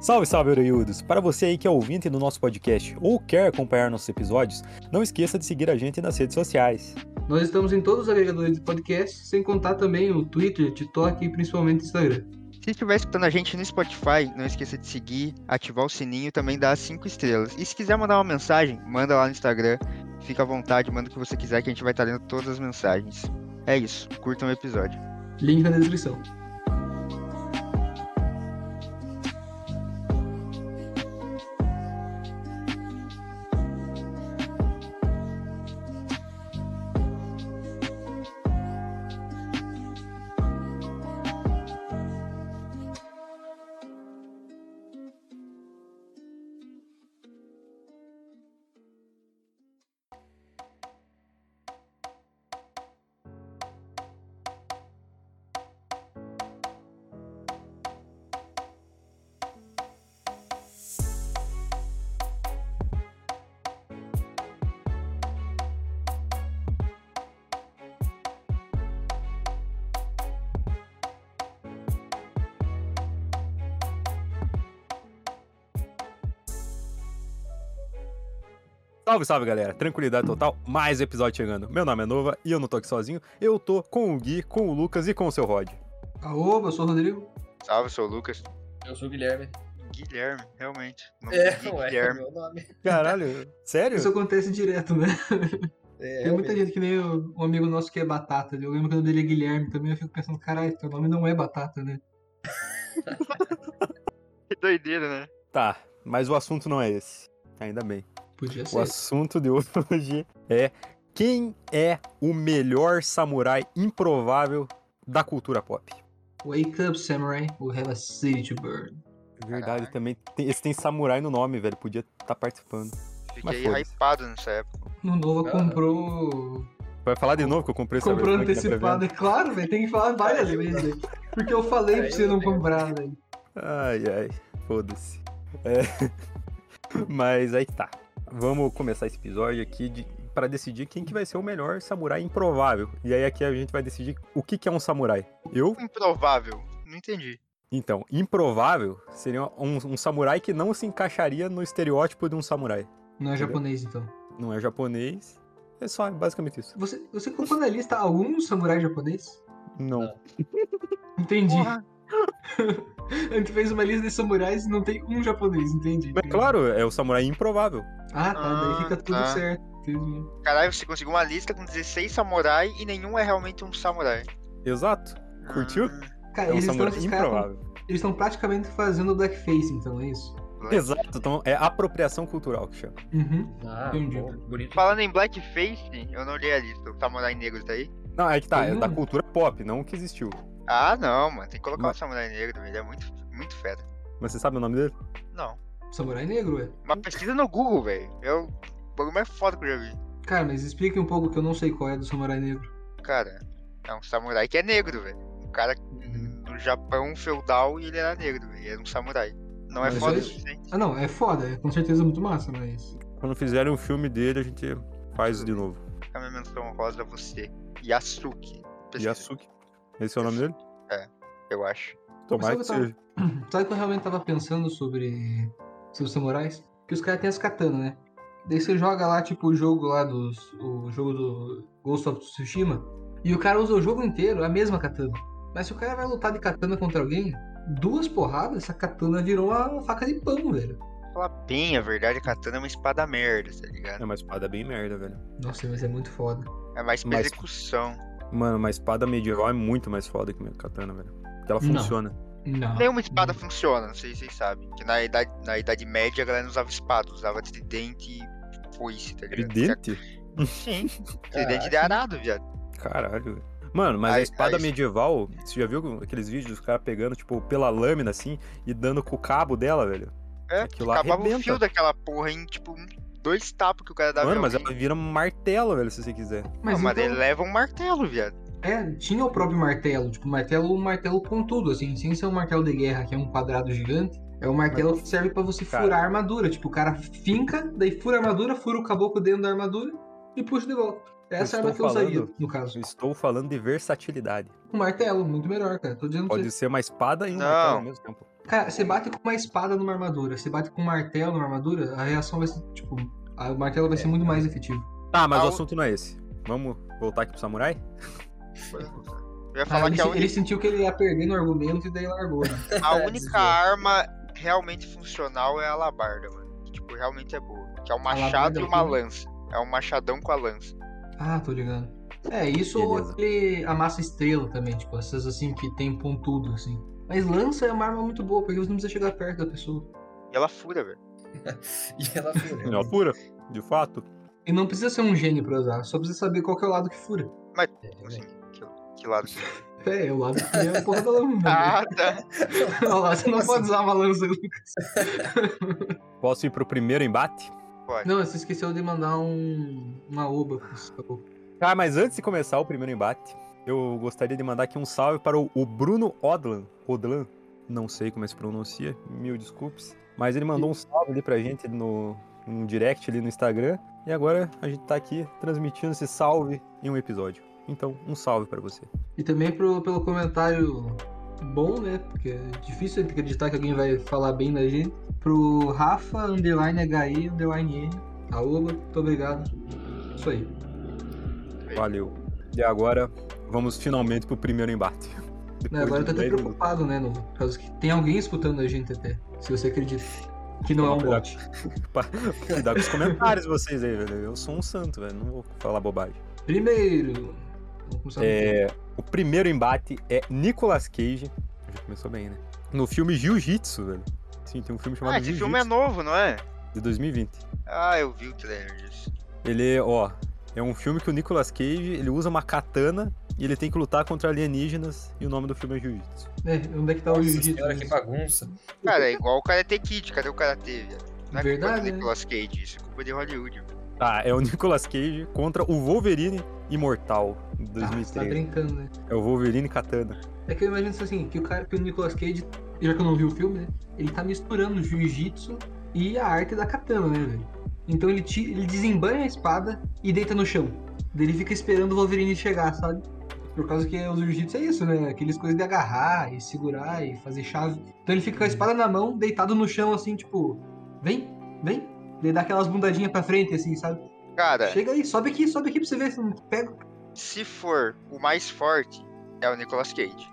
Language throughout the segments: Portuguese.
Salve, salve, Oreiudos! Para você aí que é ouvinte do nosso podcast ou quer acompanhar nossos episódios, não esqueça de seguir a gente nas redes sociais. Nós estamos em todos os agregadores de podcast, sem contar também o Twitter, TikTok e principalmente Instagram. Se estiver escutando a gente no Spotify, não esqueça de seguir, ativar o sininho e também dar as 5 estrelas. E se quiser mandar uma mensagem, manda lá no Instagram. Fica à vontade, manda o que você quiser que a gente vai estar lendo todas as mensagens. É isso, curtam o episódio. Link na descrição. Salve, salve, galera! Tranquilidade total, mais um episódio chegando. Meu nome é Nova e eu não tô aqui sozinho, eu tô com o Gui, com o Lucas e com o seu Rod. Alô, eu sou o Rodrigo. Salve, sou o Lucas. Eu sou o Guilherme. Guilherme, realmente. Não É, consegui, não é o Guilherme. meu nome. Caralho, sério? Isso acontece direto, né? É, Tem muita realmente. gente que nem o- um amigo nosso que é Batata. Eu lembro que o nome dele é Guilherme também. Eu fico pensando, caralho, teu nome não é Batata, né? Que doideira, né? Tá, mas o assunto não é esse. Ainda bem. Podia O ser. assunto de hoje é quem é o melhor samurai improvável da cultura pop. Wake up, samurai. We have a city to burn. Verdade, Caraca. também. Tem, esse tem samurai no nome, velho. Podia estar participando. Mas Fiquei foda-se. hypado nessa época. No Nova Ah. comprou. Vai falar de novo que eu comprei essa Comprou versão aqui na antecipado, é claro, velho. Tem que falar várias vezes. velho. Porque eu falei pra você não comprar, velho. Ai, ai, foda-se. É. Mas aí que tá. Vamos começar esse episódio aqui de, para decidir quem que vai ser o melhor samurai improvável. E aí aqui a gente vai decidir o que, que é um samurai. Eu, Improvável. Não entendi. então, improvável seria um, um samurai que não se encaixaria no estereótipo de um samurai. Não é japonês, então. Não é japonês. É só basicamente isso. Você, você colocou na lista algum samurai japonês? Não. Entendi. Porra. A gente fez uma lista de samurais e não tem um japonês, entendi. É claro, é o samurai improvável. Ah, tá. Daí fica Ah, tudo tá. certo. Entendi. Caralho, você conseguiu uma lista com 16 samurai e nenhum é realmente um samurai. Exato. Curtiu? Ah, Cara, É um eles estão samurai esses caras tão- improvável. eles estão praticamente fazendo blackface, então, é isso? Black- Exato. Então é apropriação cultural que chama. Uhum. Ah, Entendi. bom, bonito. Falando em blackface, eu não olhei a lista. O samurai negro tá aí? Não, é que tá, é Tem da um? cultura pop, não o que existiu. Ah, não, mano. Tem que colocar Mas- o Samurai Negro, ele é muito, muito fera. Mas você sabe o nome dele? Não. Samurai negro, é. Mas pesquisa no Google, velho. É o bagulho mais foda que eu já vi. Cara, mas explique um pouco que eu não sei qual é do samurai negro. Cara, é um samurai que é negro, velho. Um cara do Japão feudal e ele era negro, velho. Era um samurai. Não é Mas foda o isso- suficiente. Ah, não, é foda, é com certeza muito massa, mas. Quando fizerem um filme dele, a gente faz de novo. A minha menção rosa a você. Yasuki. Pesquisa, Yasuke. Esse é o nome dele? Eu acho. Tomara que Mas sabe seja. Sabe o que eu realmente tava pensando sobre, sobre os samurais? Que os caras têm as katanas, né? Daí você joga lá, tipo, o jogo lá dos. O jogo do Ghost of Tsushima. E o cara usa o jogo inteiro a mesma katana. Mas se o cara vai lutar de katana contra alguém, duas porradas, essa katana virou uma faca de pão, velho. Falar bem a verdade, a katana é uma espada merda, tá ligado? É uma espada bem merda, velho. Nossa, mas é muito foda. É mais pra Mas- execução. Mano, uma espada medieval é muito mais foda que uma katana, velho. Porque ela Não. funciona. Não. Nenhuma espada funciona, não sei se vocês sabem. Que na idade, na idade média a galera não usava espada, usava tridente e foice, tá ligado? Tridente? Sim. Caraca. Tridente de arado, viado. Caralho, velho. Mano, mas a Aí- espada aí- medieval, você já viu aqueles vídeos dos caras pegando, tipo, pela lâmina assim e dando com o cabo dela, velho? É, Aquilo lá acabava arrebenta. o fio daquela porra em, tipo, um- dois tapas que o cara dava. Mano, em mas é ela alguém. vira um martelo, velho, se você quiser. Não, Mas, mas ele então, leva um martelo, viado. é, tinha o próprio martelo, tipo, martelo, um martelo pontudo, assim, sem ser um martelo de guerra, que é um quadrado gigante, é um martelo que serve pra você Cara. furar a armadura, tipo, o cara finca, daí fura a armadura, fura o caboclo dentro da armadura e puxa de volta. Essa Eu arma que eu estou usaria, falando- no caso. Eu estou falando de versatilidade. Um martelo, muito melhor, cara, tô dizendo pra Pode você. ser uma espada e um Não. martelo ao mesmo tempo. Cara, você bate com uma espada numa armadura, você bate com um martelo numa armadura, a reação vai ser, tipo, a- o martelo vai É. ser muito mais efetivo. Tá, mas Ao- o assunto não é esse. Vamos voltar aqui pro samurai? Eu ia Ah, falar ele, que é a, se- uni- ele sentiu que ele ia perder no argumento e daí largou. né? a É, única desviou. arma realmente funcional é a alabarda, mano. Que, tipo, realmente é boa. Que é um machado Alabarda e uma é boa. lança. É um machadão com a lança. Ah, tô ligado. É, isso ou Beleza. aquele amassa estrela também, tipo, essas assim que tem pontudo, assim. Mas lança é uma arma muito boa, porque você não precisa chegar perto da pessoa. E ela fura, velho. E ela fura. Uhum. Em altura? É De fato? E não precisa ser um gênio pra usar, só precisa saber qual que é o lado que fura. Assim, que, que lado que... É, é o lado que é a porra da lâmina. Ah, tá. Olha lá, você não Nossa. pode usar uma lança. Posso ir pro primeiro embate? Pode. Não, você esqueceu de mandar um. uma oba pro seu- Ah, mas antes de começar o primeiro embate, eu gostaria de mandar aqui um salve para o, o Bruno Odlan. Odlan, não sei como é que se pronuncia, mil desculpes. Mas ele mandou um salve ali pra gente no, no direct ali no Instagram. E agora a gente tá aqui transmitindo esse salve em um episódio. Então, um salve pra você. E também pro- pelo comentário bom, né? Porque é difícil acreditar que alguém vai falar bem da gente. Pro Rafa, underline HE, underline N. Aoba, muito obrigado. Isso aí. Valeu. E agora, vamos finalmente pro primeiro embate. Né, Depois agora eu de tô até 10 minutos. preocupado, né? No, por causa que tem alguém escutando a gente até. Se você acredita. Que não é um bot. Cuidado com os comentários vocês aí, velho. Eu sou um santo, velho. Não vou falar bobagem. Primeiro. Vamos começar É, o primeiro embate é Nicolas Cage. Já começou bem, né? No filme Jiu-Jitsu, velho. Sim, tem um filme chamado Ah, esse Jiu-Jitsu filme é novo, não é? de 2020. Ah, eu vi o trailer disso. Ele, ó, é um filme que o Nicolas Cage, ele usa uma katana e ele tem que lutar contra alienígenas e o nome do filme é Jiu-Jitsu. com- É, onde é que tá o Nossa jiu-jitsu? senhora, que bagunça. Cara, é igual o Karate Kid. Cadê o Karate, velho? Não é culpa do Verdade, né? Nicolas Cage, isso é culpa de Hollywood. velho. Tá, é o Nicolas Cage contra o Wolverine Imortal de Ah, você tá 2013. brincando, né? é o Wolverine katana. É que eu imagino isso assim, que o cara, que o Nicolas Cage, já que eu não vi o filme, né? Ele tá misturando jiu-jitsu e a arte da katana, né, velho? Então ele, ti- ele desembanha a espada e deita no chão. Daí ele fica esperando o Wolverine chegar, sabe? Por causa que o jiu-jitsu é isso, né? Aqueles coisas de agarrar e segurar e fazer chave. Então ele fica com a espada na mão, deitado no chão, assim, tipo, vem, vem. Daí dá aquelas bundadinhas pra frente, assim, sabe? Cara, Chega aí, sobe aqui, sobe aqui pra você ver se não pega. se for o mais forte, é o Nicolas Cage.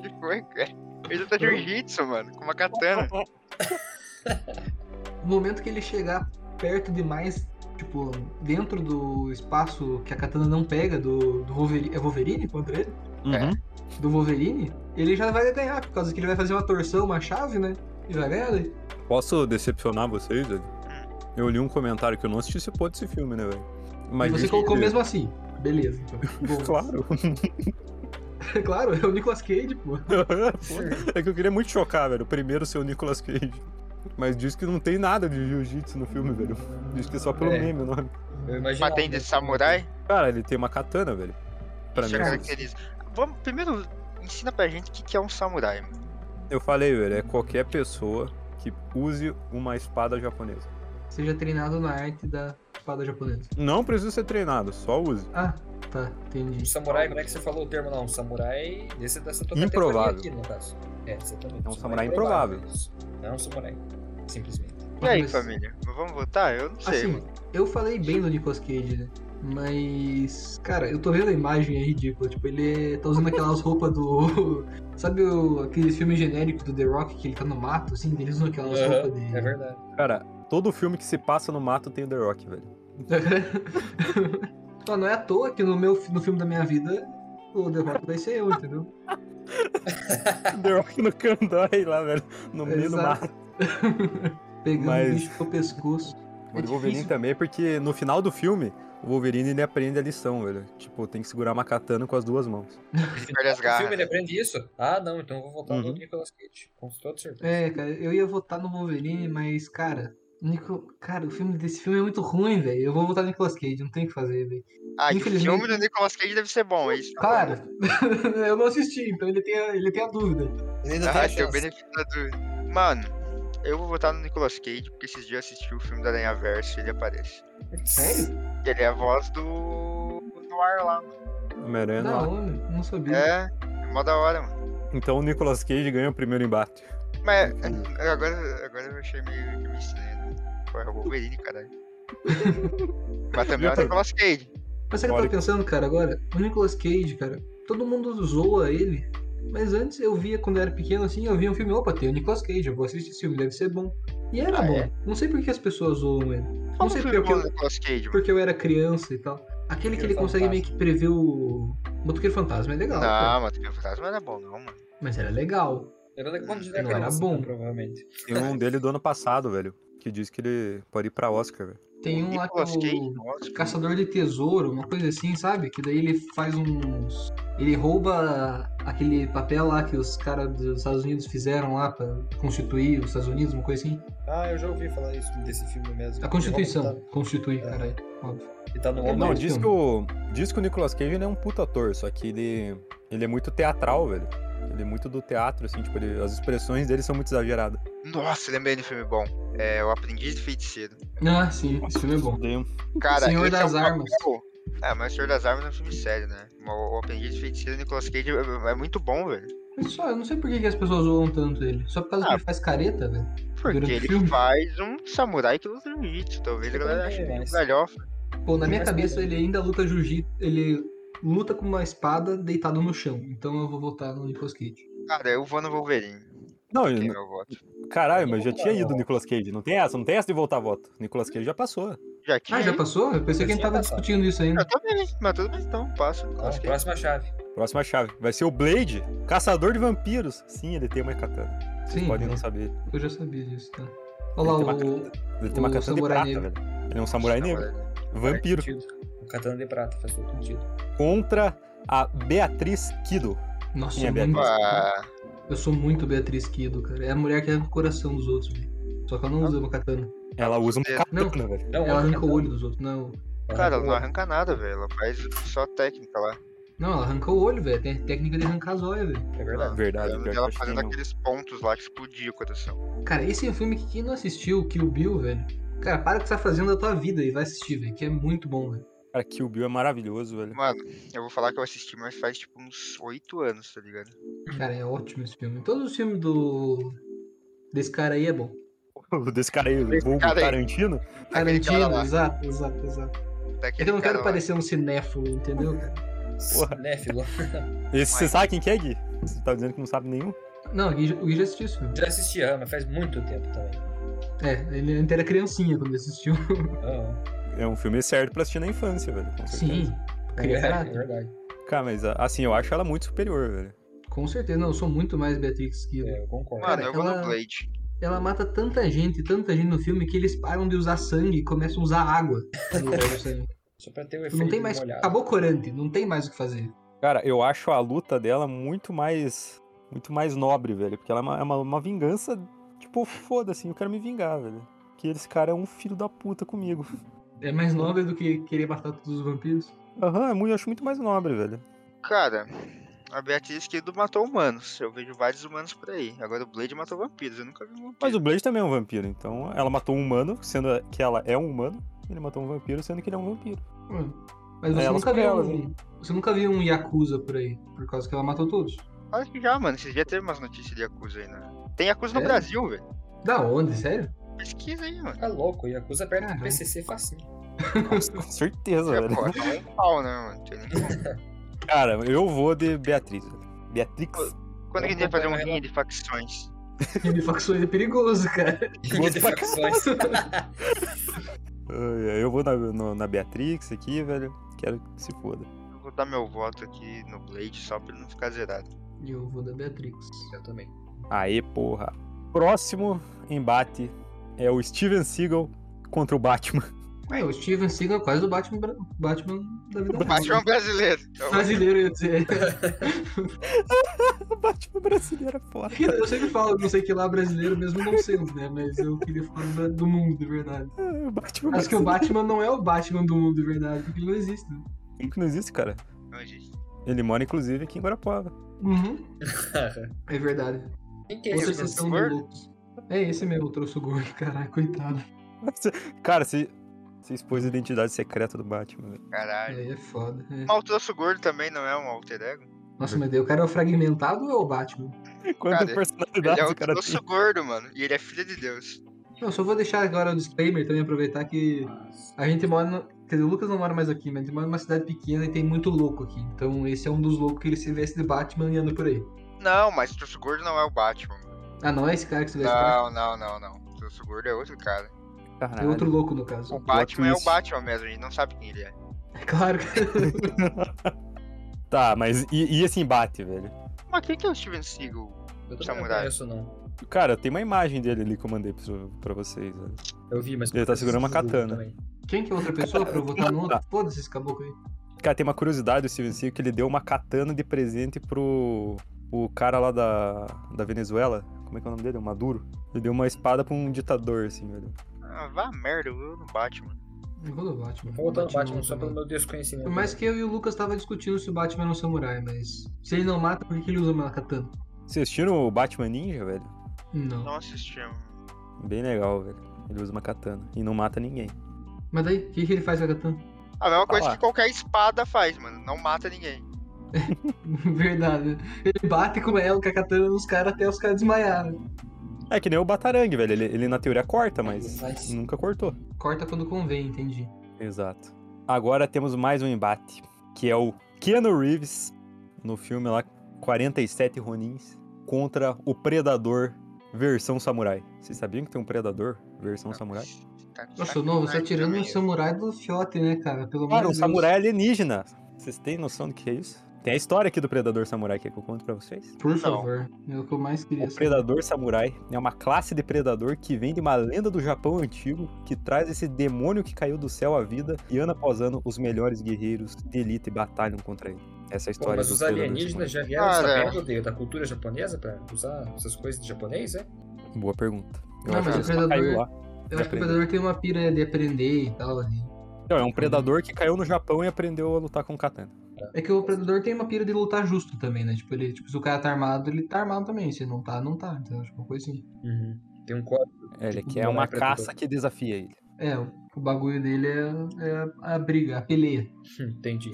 que foi, cara? Ele tá de jiu-jitsu, mano, com uma katana. No momento que ele chegar perto demais, tipo, dentro do espaço que a katana não pega, do, do Wolverine. É Wolverine contra ele? Uhum. Do Wolverine, ele já vai ganhar, por causa que ele vai fazer uma torção, uma chave, né? E vai ganhar daí. Posso decepcionar vocês, velho? Eu li um comentário que eu não assisti, você pode esse filme, né, velho? e Mas você disse colocou que- mesmo assim. Beleza, então. Bom, Claro. claro, é o Nicolas Cage, pô. Pô, é que eu queria muito chocar, velho. O primeiro ser o Nicolas Cage. Mas diz que não tem nada de jiu-jitsu no filme, velho. Diz que é só pelo É. meme o nome. Eu Mas imagino. tem né? de samurai, Cara, ele tem uma katana, velho. Pra isso é mim. já assim, caracteriza. Vamos, primeiro, ensina pra gente o que, que é um samurai. mano. Eu falei, velho, é qualquer pessoa que use uma espada japonesa. Seja treinado na arte da espada japonesa. Não precisa ser treinado, só use. Ah, tá, Um entendi. samurai, como é que você falou o termo lá? Um samurai. Esse é dessa tua Improvável. categoria aqui, no caso. É, exatamente. É um samurai isso. É um samurai. Simplesmente. E aí, Mas- família? Mas Vamos votar? Eu não sei, Assim, mano. eu falei bem do Nicolas Cage, né? Mas, cara, eu tô vendo a imagem, é ridículo. Tipo, ele tá usando aquelas roupas do. Sabe o, aquele filme genérico do The Rock que ele tá no mato, assim? Eles usam aquelas Aham, roupas de. É verdade. Cara, todo filme que se passa no mato tem o The Rock, velho. Ó, não é à toa que no, meu, no filme da minha vida o The Rock vai ser eu, entendeu? The Rock no Kandai lá, velho. No meio do Exato. mato. Pegando Mas- o bicho pelo pescoço. O É do Wolverine difícil. também, porque no final do filme, o Wolverine ele aprende a lição, velho. Tipo, tem que segurar uma katana com as duas mãos. Ele perde as O filme garras. ele aprende isso? Ah, não, então eu vou voltar no Uhum. Nicolas Cage. Com toda certeza. É, cara, eu ia votar no Wolverine, mas, cara. Nico... Cara, o filme desse filme é muito ruim, velho. Eu vou votar no Nicolas Cage, não tem o que fazer, velho. Ah, e o Infelizmente- filme do Nicolas Cage deve ser bom, é isso? Cara, eu não assisti, então ele tem a, ele tem a dúvida. Ele ainda Ah, tem o benefício da dúvida. Mano, eu vou votar no Nicolas Cage, porque esses dias eu assisti o filme da Aranha Verso e ele aparece. Sério? Ele é a voz do. do ar lá. Homem-Aranha Da não. Uhum. onde? Não sabia. É, Mó da hora, mano. Então o Nicolas Cage ganha o primeiro embate. Mas Uhum. é, agora, agora eu achei meio que me estranho. né? Pô, é o Wolverine, caralho. Mas também é o Viu? Nicolas Cage. Mas sabe o que eu Olha- tava pensando, cara, agora? O Nicolas Cage, cara, todo mundo zoa ele. Mas antes eu via, quando eu era pequeno, assim, eu via um filme, opa, tem o Nicolas Cage, eu vou assistir esse filme, deve ser bom. E era Ah, bom. é? Não sei por que as pessoas zoam ele. Como sei foi porque o eu- Nicolas Cage, mano? Porque eu era criança e tal. Aquele que ele Motoqueiro consegue Fantasma. meio que prever o. Motoqueiro Fantasma é legal. cara. Não, mas o Fantasma não era bom, não, mano. Mas era legal. Era da quando Não era criança, bom. Provavelmente. Tem um dele do ano passado, velho. Que diz que ele pode ir pra Oscar, velho. Tem um lá que Nicolas Cage, o nossa. Caçador de Tesouro, uma coisa assim, sabe? Que daí ele faz uns. Ele rouba aquele papel lá que os caras dos Estados Unidos fizeram lá pra constituir os Estados Unidos, uma coisa assim. Ah, eu já ouvi falar isso desse filme mesmo. A Constituição. Constituir, caralho. Óbvio. E tá no Não, Não, online. mas diz filme. que, o, diz que o Nicolas Cage ele é um puta ator, só que ele, ele é muito teatral, velho. Ele é muito do teatro, assim, tipo, ele- as expressões dele são muito exageradas. Nossa, lembrei de um filme bom. É O Aprendiz de Feiticeiro. Ah, sim, esse filme é bom. Daí, Cara, Senhor esse das é um Armas. papel- Ah, mas o Senhor das Armas é um filme sério, né? O o Aprendiz de Feiticeiro do Nicolas Cage é, é muito bom, velho. Mas só, eu não sei por que que as pessoas zoam tanto ele. Só por causa Ah. que ele faz careta, velho. Porque Durante o ele filme. faz um samurai que usa jiu-jitsu. Talvez a Eu galera também, ache meio mas- galhofa. Pô, na minha Mas- cabeça ele ainda luta jiu-jitsu. Ele luta com uma espada deitado no chão. Então eu vou votar no Nicolas Cage. Cara, eu vou no Wolverine. não, que é eu- meu voto. caralho, mas já tinha Não. ido o Nicolas Cage. Não tem essa, não tem essa de voltar a voto. Nicolas Cage já passou. Já Ah, tinha. já passou? Eu pensei que a gente É. Tinha tava passado. discutindo isso ainda. Eu tô bem, mas tudo bem, então. Passo. Ah, Nicolas Cage. próxima chave. Próxima chave. Vai ser o Blade, caçador de vampiros. Sim, ele tem uma katana. Vocês Sim, podem não né? saber. eu já sabia disso, tá? Olha lá, tem o... Ele tem uma O katana de samurai prata, negro. velho. Ele é um samurai negro. Vampiro. Faz sentido. O katana de prata faz todo sentido. Contra a Beatriz Kido. Nossa, Quem é eu, muito... Ah, eu sou muito Beatriz Kido, cara. É a mulher que arranca o coração dos outros, velho. Só que ela não usa uma katana. Ela usa uma Não. katana, velho. Não, Ela arranca o katana. olho dos outros. Não, cara, ela não Arranca arranca nada, velho. Ela faz só técnica lá. não ela arranca o olho, velho. Tem a técnica de arrancar as olhas, velho. o olho. É verdade. Verdade, Eu pior lembro que eu dela achei, fazendo não. aqueles pontos lá que explodia o coração. Cara, esse é um filme que quem não assistiu, Kill Bill, velho. Cara, para o que você tá fazendo da tua vida e vai assistir, velho. Que é muito bom, velho. Cara, Kill Bill é maravilhoso, velho. Mano, eu vou falar que eu assisti, mas faz tipo uns 8 anos, tá ligado? Cara, é ótimo esse filme. Todos os filmes do. Desse cara aí é bom. Desse cara aí, Desse vulgo cara aí. Tarantino. Aquele cara Tarantino, lá. exato, exato, exato. É que Daquele eu não cara quero lá. parecer um cinéfilo, entendeu, cara? Porra. Cinéfilo. Esse, você Mas- sabe quem que é, Gui? Você tá dizendo que não sabe nenhum? Não, o Gui, o Gui já assistiu esse filme. Já assisti, ah, mas faz muito tempo também. É, ele ainda era criancinha quando assistiu. Ah, É um filme certo pra assistir na infância, velho. Com certeza. Sim, é, é criança. verdade. Cara, mas assim, eu acho ela muito superior, velho. é. Com certeza, não, eu sou muito mais Beatrix que É, eu concordo. Mano, Cara, eu vou ela- no Blade. Ela mata tanta gente, tanta gente no filme que eles param de usar sangue e começam a usar água. pra lugar do sangue. Só pra ter o efeito não tem mais. molhado. Acabou corante, não tem mais o que fazer. Cara, eu acho a luta dela muito mais. Muito mais nobre, velho. Porque ela é uma, é uma- uma vingança, tipo, foda-se, eu quero me vingar, velho. Que esse cara é um filho da puta comigo. É mais nobre do que querer matar todos os vampiros. Aham, é muito- eu acho muito mais nobre, velho. Cara, a Beatriz Kido matou humanos. Eu vejo vários humanos por aí. Agora o Blade matou vampiros. Eu nunca vi um vampiro. Mas o Blade também é um vampiro, então ela matou um humano, sendo que ela é um humano, e ele matou um vampiro, sendo que ele é um vampiro. Hum. Mas É, você elas nunca por viu. elas, um, você nunca viu um Yakuza por aí, por causa que ela matou todos. Olha que já, mano. Vocês já teve umas notícias de Yakuza aí, né? Tem Yakuza no É? Brasil, velho. Da onde, sério? Pesquisa aí, mano. Tá louco, Yakuza perto Caralho. do PCC facinho. Com certeza, É, velho. pô, não é um pau, né, mano? Tem nem como. Cara, eu vou de Beatriz. velho. Beatrix. Quando que a gente vai fazer um acompanhar ela. ringue de facções? Ele facções é perigoso, cara. Gosto de pra facções. Ai, ai, Eu vou na, no- na Beatrix aqui, velho. Quero que se foda. Eu vou dar meu voto aqui no Blade só pra ele não ficar zerado. E eu vou da Beatrix. Eu também. Aê, porra. Próximo embate é o Steven Seagal contra o Batman. É, o Steven Seagal é quase o Batman, bra- Batman da vida real, Batman é um brasileiro. então. né? Brasileiro, eu ia dizer. O Batman brasileiro é foda. Eu sempre falo, não sei que lá brasileiro, mesmo não sendo, né? Mas eu queria falar da- do mundo, de verdade. Ai, É, O Batman Acho que o brasileiro. Batman não é o Batman do mundo, de verdade, porque ele não existe. né? Não existe, cara. Não, gente. Ele mora, inclusive, aqui em Guarapuava. Uhum. É verdade. Quem que é Outra Esse esse? troço sessão do gordo? Lucas. um É esse mesmo, o troço gordo, caralho, coitado. Mas, Cara, você, você expôs a identidade secreta do Batman, velho. Caralho. Aí é foda. é. Mas o troço gordo também não é um alter ego? Nossa, meu Deus, o cara é o fragmentado ou é o Batman? Quantas Cara, Ele personalidades é o cara o tem? osso gordo, mano. E ele é filho de Deus. Não, só vou deixar agora o disclaimer também, aproveitar que Ah, a gente mora. No... Quer dizer, o Lucas não mora mais aqui, mas a gente mora numa cidade pequena e tem muito louco aqui. Então esse é um dos loucos que ele se veste de Batman e anda por aí. Não, mas o osso gordo não é o Batman. Ah, não é esse cara que se veste de Batman. Não, não, não, não. O osso gordo é outro cara. É Caralho. outro louco, no O caso. Batman é o twist. Batman mesmo, a gente não sabe quem ele é. É claro. Tá, mas e, e esse embate, velho? Mas quem que é o Steven Seagal? Eu também não Samurai. conheço, não. Cara, tem uma imagem dele ali que eu mandei pro- pra vocês. né? velho. Eu vi, mas. Ele tá segurando uma katana. Também. Quem que é outra pessoa pra eu votar no Tá. outro? Foda-se esse caboclo aí. Cara, tem uma curiosidade do Steven Seagal que ele deu uma katana de presente pro o cara lá da, da Venezuela. Como é que é o nome dele? O Maduro. Ele deu uma espada pra um ditador, assim, velho. Ah, vá merda, eu no Batman. Não vou no Batman. Vou voltar no Batman só não. pelo meu desconhecimento. Por mais que eu e o Lucas tava discutindo se o Batman é um samurai, mas. Se ele não mata, por que que ele usa uma katana? Vocês assistiram o Batman Ninja, velho? Não. Não um. assistimos. Bem legal, velho. Ele usa uma katana e não mata ninguém. Mas daí, o que, que ele faz com a katana? A mesma coisa Tá lá. que qualquer espada faz, mano. Não mata ninguém. Verdade. né? Ele bate com ela, com a katana nos caras até os caras desmaiarem. É que nem o Batarangue, velho. Ele, ele na teoria corta, mas Mas- nunca cortou. Corta quando convém, entendi. Exato. Agora temos mais um embate, que é o Keanu Reeves, no filme lá 47 Ronins, contra o Predador versão samurai. Vocês sabiam que tem um Predador versão samurai? Tá de Nossa, não, você tá sacanagem tirando um também. samurai do fiote, né, cara? Pelo amor Cara, um de Deus. samurai alienígena. Vocês têm noção do que é isso? Tem a história aqui do Predador Samurai que eu conto pra vocês. Por Não. favor. É o que eu mais queria O predador samurai é uma classe de predador que vem de uma lenda do Japão antigo que traz esse demônio que caiu do céu à vida e ano após ano os melhores guerreiros de elite batalham contra ele. Essa é a Pô, história mas do os predador alienígenas já vieram Cara. sabendo de- da cultura japonesa pra usar essas coisas de japonês, é? samurai. Boa pergunta. Eu Não, acho mas que o ele só caiu predador- lá. Eu acho que o aprender. predador tem uma pira né, de aprender e tal assim. ali. Então, é um predador que caiu no Japão e aprendeu a lutar com katana. É que o predador tem uma pira de lutar justo também, né? Tipo, ele, tipo, se o cara tá armado, ele tá armado também. Se não tá, não tá. Então, tipo, uma coisa assim. Tem um código. É, Ele Tipo, quer não é uma predador. caça que desafia ele. É, o, o bagulho dele é, é a, a briga, a peleia. Hum, Entendi.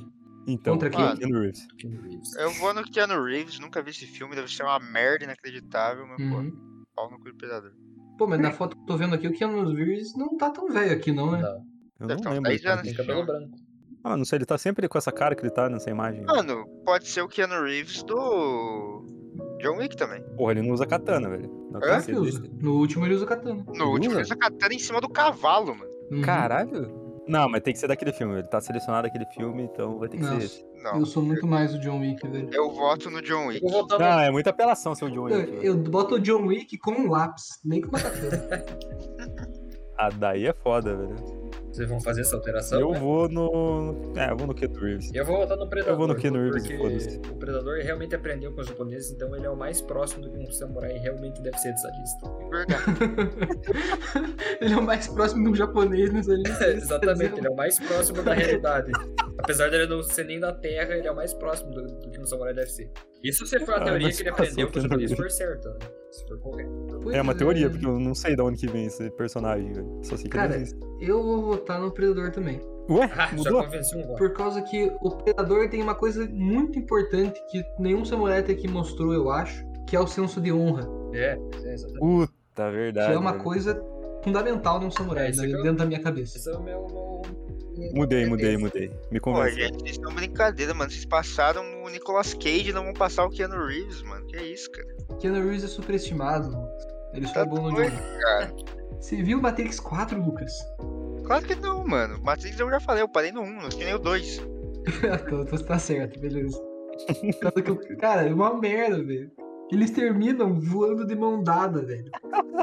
Então, Contra quem? Keanu Reeves. Keanu Reeves. Eu vou no Keanu Reeves, nunca vi esse filme, deve ser uma merda inacreditável, mas Uhum. pô, pau no cu do predador. Pô, mas na foto que eu tô vendo aqui, o Keanu Reeves não tá tão velho aqui, não, né? Não, Eu não Deve ter uns lembro. 10 cara. anos. tem cabelo branco. Ah, não sei, ele tá sempre com essa cara que ele tá nessa imagem. Mano, pode ser o Keanu Reeves do. John Wick também. Porra, ele não usa katana, velho. Não Hã? tem Ele usa. certeza. No último ele usa katana. No Usa? último ele usa katana tá em cima do cavalo, mano. Uhum. Caralho? Não, mas tem que ser daquele filme. Ele tá selecionado aquele filme, então vai ter que Nossa. ser esse. Não. Eu sou muito mais o John Wick, velho. Eu voto no John Wick. Eu vou voltar Não, é muita apelação seu John Wick. Eu, velho. eu boto o John Wick com um lápis, nem com uma katana. Ah, daí é foda, velho. no... Vocês vão fazer essa alteração? Eu né? vou no. É, eu vou no Keanu Reeves. Eu vou voltar no Predador. Eu vou no Keanu Reeves, foda-se. Porque o Predador realmente aprendeu com os japoneses, então ele é o mais próximo do que um samurai realmente deve ser dessa lista. Verdade. ele é o mais próximo de um japonês nessa lista. Exatamente, ele é o mais próximo da realidade. Apesar dele não ser nem da Terra, ele é o mais próximo do, do que um samurai deve ser. Isso se for a Ah, teoria mas que ele passou aprendeu com os Keanu japoneses, Reeves. for certo, né? Se for correto. Pois É uma teoria, porque eu não sei de onde que vem esse personagem, velho. Só sei que Cara, ele existe. Eu vou votar no Predador também. Ué, Ah, já mudou? convenci um voto. Por causa que o Predador tem uma coisa muito importante que nenhum samurai até aqui mostrou, eu acho, que é o senso de honra. É, é, exatamente. Puta, verdade. que é uma velho. coisa fundamental de um samurai, É, isso né, que eu- dentro da minha cabeça. Esse é o meu. meu- Mudei, mudei, Esse. mudei. Me Pô, convenceu. gente, vocês estão brincadeira, mano. Vocês passaram o Nicolas Cage e não vão passar o Keanu Reeves, mano. Que isso, cara. Keanu Reeves é superestimado, Lucas. Ele só é Tá bom no doido, John. cara. Você viu Matrix 4, Lucas? Claro que não, mano. Matrix eu já falei, eu parei no 1, não assisti nem o 2. então você tá certo, beleza. Tanto que o- Cara, é uma merda, velho. Eles terminam voando de mão dada, velho.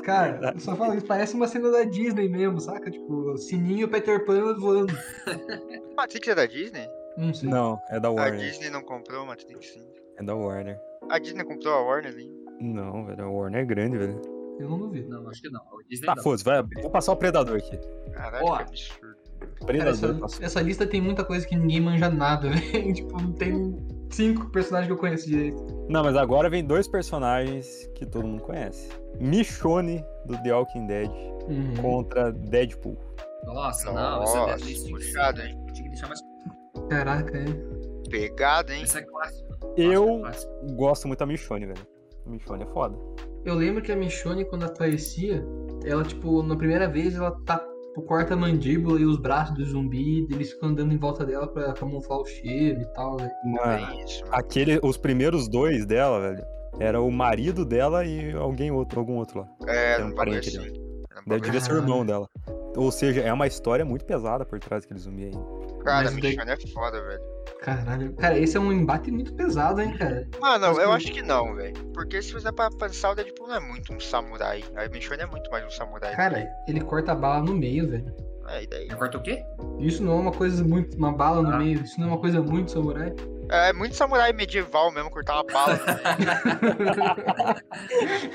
Cara, eu só falo isso, parece uma cena da Disney mesmo, saca? Tipo, Sininho, Peter Pan voando. Matrix é da Disney? Não sei. Não, é da A Warner. Disney não comprou o Matrix, sim. É da Warner. A Disney comprou a Warner, hein? Não, velho, a Warner é grande, velho. Eu não duvido. Não, acho que não. É O Disney Tá, não. foda-se, vai. Vou passar o Predador aqui. Caralho, Ó. que absurdo. Cara, Predador essa, passou. essa lista tem muita coisa que ninguém manja nada, velho. Tipo, não tem cinco personagens que eu conheço direito. Não, mas agora vem dois personagens que todo mundo conhece. Michonne, do The Walking Dead, contra Deadpool. Nossa, não, essa é Nossa, deadlist. puxado, hein? Tinha que deixar mais. Caraca, é. Pegado, hein? Essa é clássica. Eu Clássico. gosto muito da Michonne, velho. A Michonne é foda. Eu lembro que a Michonne, quando aparecia, ela, tipo, na primeira vez, ela tá tipo, corta a mandíbula e os braços do zumbi, e eles ficam andando em volta dela pra camuflar o cheiro e tal, né? Mano, É isso. Ah, aquele, os primeiros dois dela, velho, era o marido dela e alguém outro, algum outro lá. É, Era um não bagulho parente assim. Era um Deve bagulho devia ser o irmão dela. Ou seja, é uma história muito pesada por trás daquele zumbi aí. assim. Cara, Mas daí- Michonne é foda, velho. Caralho. Cara, esse é um embate muito pesado, hein, cara? Mano, Mas eu daí- acho que não, velho. Porque se fizer pra pensar, o Deadpool não é muito um samurai. A Michonne é muito mais um samurai. Cara, ele corta a bala no meio, velho. É, e daí? Ele corta o quê? Isso não é uma coisa muito. Uma bala no Ah. meio, isso não é uma coisa muito samurai. É muito samurai medieval mesmo, cortar uma bala.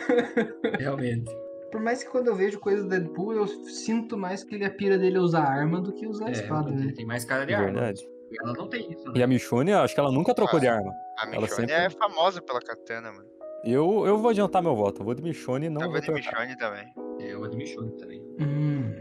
Realmente. Por mais que quando eu vejo coisa do Deadpool, eu sinto mais que ele a pira dele é usar arma do que usar É, espada, ele né? tem mais cara de arma. Verdade. E ela não tem isso, né? E a Michonne, eu acho que ela nunca trocou de arma. a Michonne sempre- é famosa pela katana, mano. Eu, eu vou adiantar meu voto. Eu vou de Michonne e não eu vou vou de trocar. Michonne também. É, eu admiro também. Hum.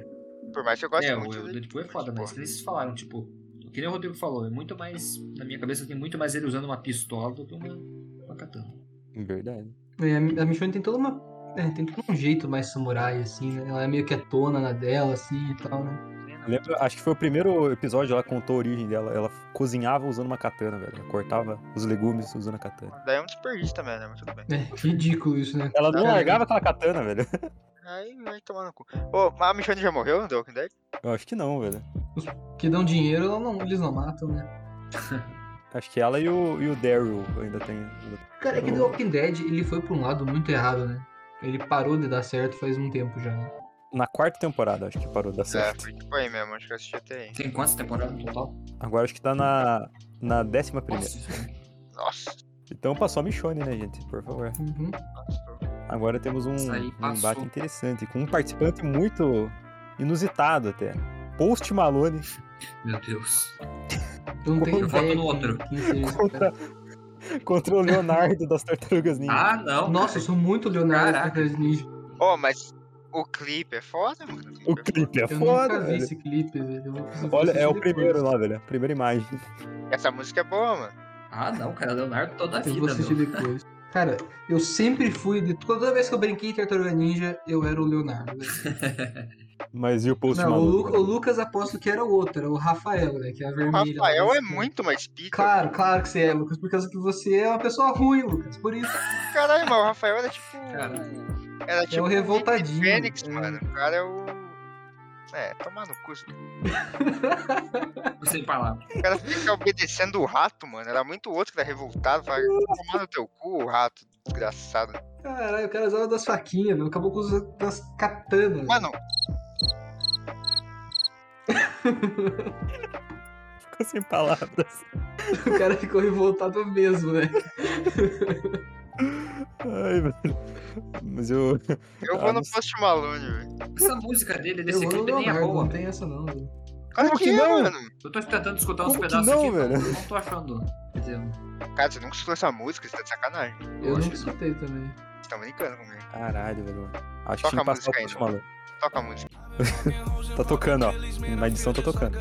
Por mais que eu goste é, muito. o do Deadpool é tipo, mas, foda, mas porra, eles falaram, tipo, que nem o Rodrigo falou, é muito mais. Na minha cabeça tem muito mais ele usando uma pistola do que uma, uma katana. Verdade. É, a- a Michonne tem toda uma. é, tem todo um jeito mais samurai, assim, né? Ela é meio quietona na dela, assim e tal, né? Lembra, acho que foi o primeiro episódio, ela contou a origem dela. Ela cozinhava usando uma katana, velho. Ela cortava os legumes usando a katana. Daí é um desperdício também, né? Mas tudo bem. É, ridículo isso, né? Ela não Cara, largava aquela katana, velho. Aí vai tomar no cu. Ô, mas a Michonne já morreu no The Walking Dead? Eu acho que não, velho. Que dão dinheiro, ela não, eles não matam, né? Acho que ela e o, e o Daryl ainda tem. Cara, é que The Walking Dead, ele foi pra um lado muito errado, né? Ele parou de dar certo faz um tempo já, né? Na quarta temporada, acho que parou de dar É, certo. foi tipo aí mesmo, acho que eu assisti até aí. Tem quantas temporadas no total? Agora acho que tá na, na décima primeira. Nossa, isso- Nossa, Então passou a Michonne, né, gente? Por favor. Uhum. nossa. Agora temos um, Isso aí um passou. embate interessante, com um participante muito inusitado até. Post Malone meu Deus. Eu não tenho Eu voto ideia quem- no outro. quem seja esse contra, cara. contra o Leonardo das Tartarugas Ninja. Ah, não. Nossa, eu sou muito Leonardo Caraca. Tartarugas Ninja. Ô, mas o clipe é foda, mano. o é foda. clipe é Eu foda, nunca vi velho. esse clipe, velho. Eu vou precisar Olha, é assistir o depois. primeiro lá, velho. a Primeira imagem. Essa música é boa, mano. Ah, não, cara, Leonardo toda a Eu vou vida. assistir meu. depois. Cara, eu sempre fui. De... Toda vez que eu brinquei em Tartaruga Ninja, eu era o Leonardo. né? Mas e o Post Não, o, Lu- o Malone? Lucas aposto que era o outro, era o Rafael, né? Que é a O vermelha. Rafael lá, é né? muito mais pica. Claro, claro que você é, Lucas, por causa que você é uma pessoa ruim, Lucas. Por isso. Caralho, mas o Rafael era tipo. Caralho. Era tipo. revoltadinho, Fênix, é. mano. O cara é o. É, tomar no cu. O Sem palavras. cara fica obedecendo o rato, mano. Era muito outro que era revoltado. Fala, tomar no teu cu, o rato, desgraçado. Caralho, o cara usava das faquinhas, meu. Acabou com os das katanas. Mano, Ficou sem palavras. O cara ficou revoltado mesmo, né? Ai, velho. Mas eu. eu Ah, vou no não sei. Post Malone, velho. Essa música dele, Eu desse vou no clipe, nem é Leonardo, boa. não tem essa não. velho. Claro Como que, que é, não? mano. Eu tô tentando escutar uns Como que pedaços não, aqui, velho? mas não tô achando. Quer dizer, Cara, você nunca escutou essa música, você tá de sacanagem. Eu acho nunca que não. escutei também. Vocês tão brincando comigo. Caralho, velho. Acho Toca que tinha a que passar música o aí, Post né? Malone. Toca a música. Tá tocando, ó. Na edição tá tocando.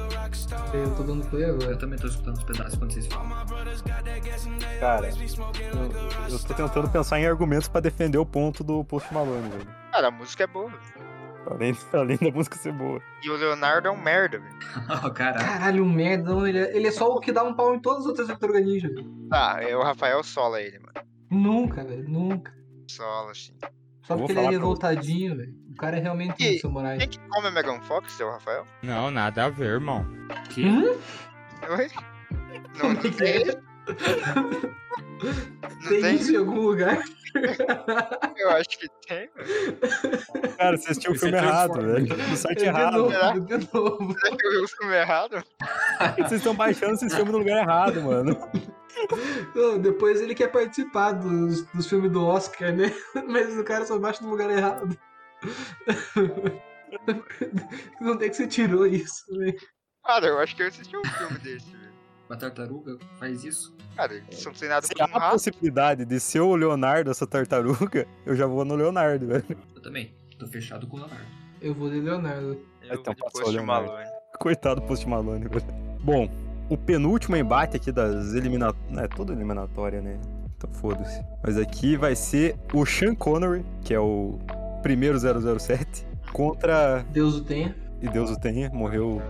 Eu tô dando play eu agora. também tô escutando uns pedaços quando vocês falam. Cara, eu, eu tô tentando pensar em argumentos pra defender o ponto do Post Malone, velho. Cara, a música é boa. velho. Além, além da música ser boa. E o Leonardo é um merda, velho. Oh, caralho. Caralho, um merdão, ele é, ele é só o que dá um pau em todas as outras Tartaruga Ninja. velho. Tá, é o Rafael sola ele, mano. Nunca, velho, nunca. Sola, assim. Só Eu vou porque ele é falar pra revoltadinho, velho. O cara é realmente E- um samurai. Quem que come a Megan Fox, seu Rafael? Não, nada a ver, irmão. Que? Hum? Oi? Não, não Como é que tem. é? Não Tem, tem? isso em algum lugar? Eu acho que tem. Cara, você assistiu o Esse é filme errado, Transformers. velho. No site de Tá errado. novo, né? de novo. Será que eu vi o filme errado? Vocês estão baixando o sistema no lugar errado, mano. Não, depois ele quer participar dos, dos filmes do Oscar, né? Mas o cara só baixa no lugar errado. Não tem que você tirou isso, né? Cara, eu acho que eu assisti um filme desse, velho. Uma tartaruga faz isso? Cara, eles são treinados Se por um há a rato. possibilidade de ser o Leonardo, essa tartaruga, eu já vou no Leonardo, velho. Eu também. Tô fechado com o Leonardo. Eu vou de Leonardo. Eu Então, vou de passou, Post Leonardo. Malone. Coitado do Post Malone, velho. Bom, o penúltimo embate aqui das eliminatórias. É tudo eliminatória, né? Então foda-se. Mas aqui vai ser o Sean Connery, que é o primeiro 007, contra. Deus o tenha. E Deus o tenha, morreu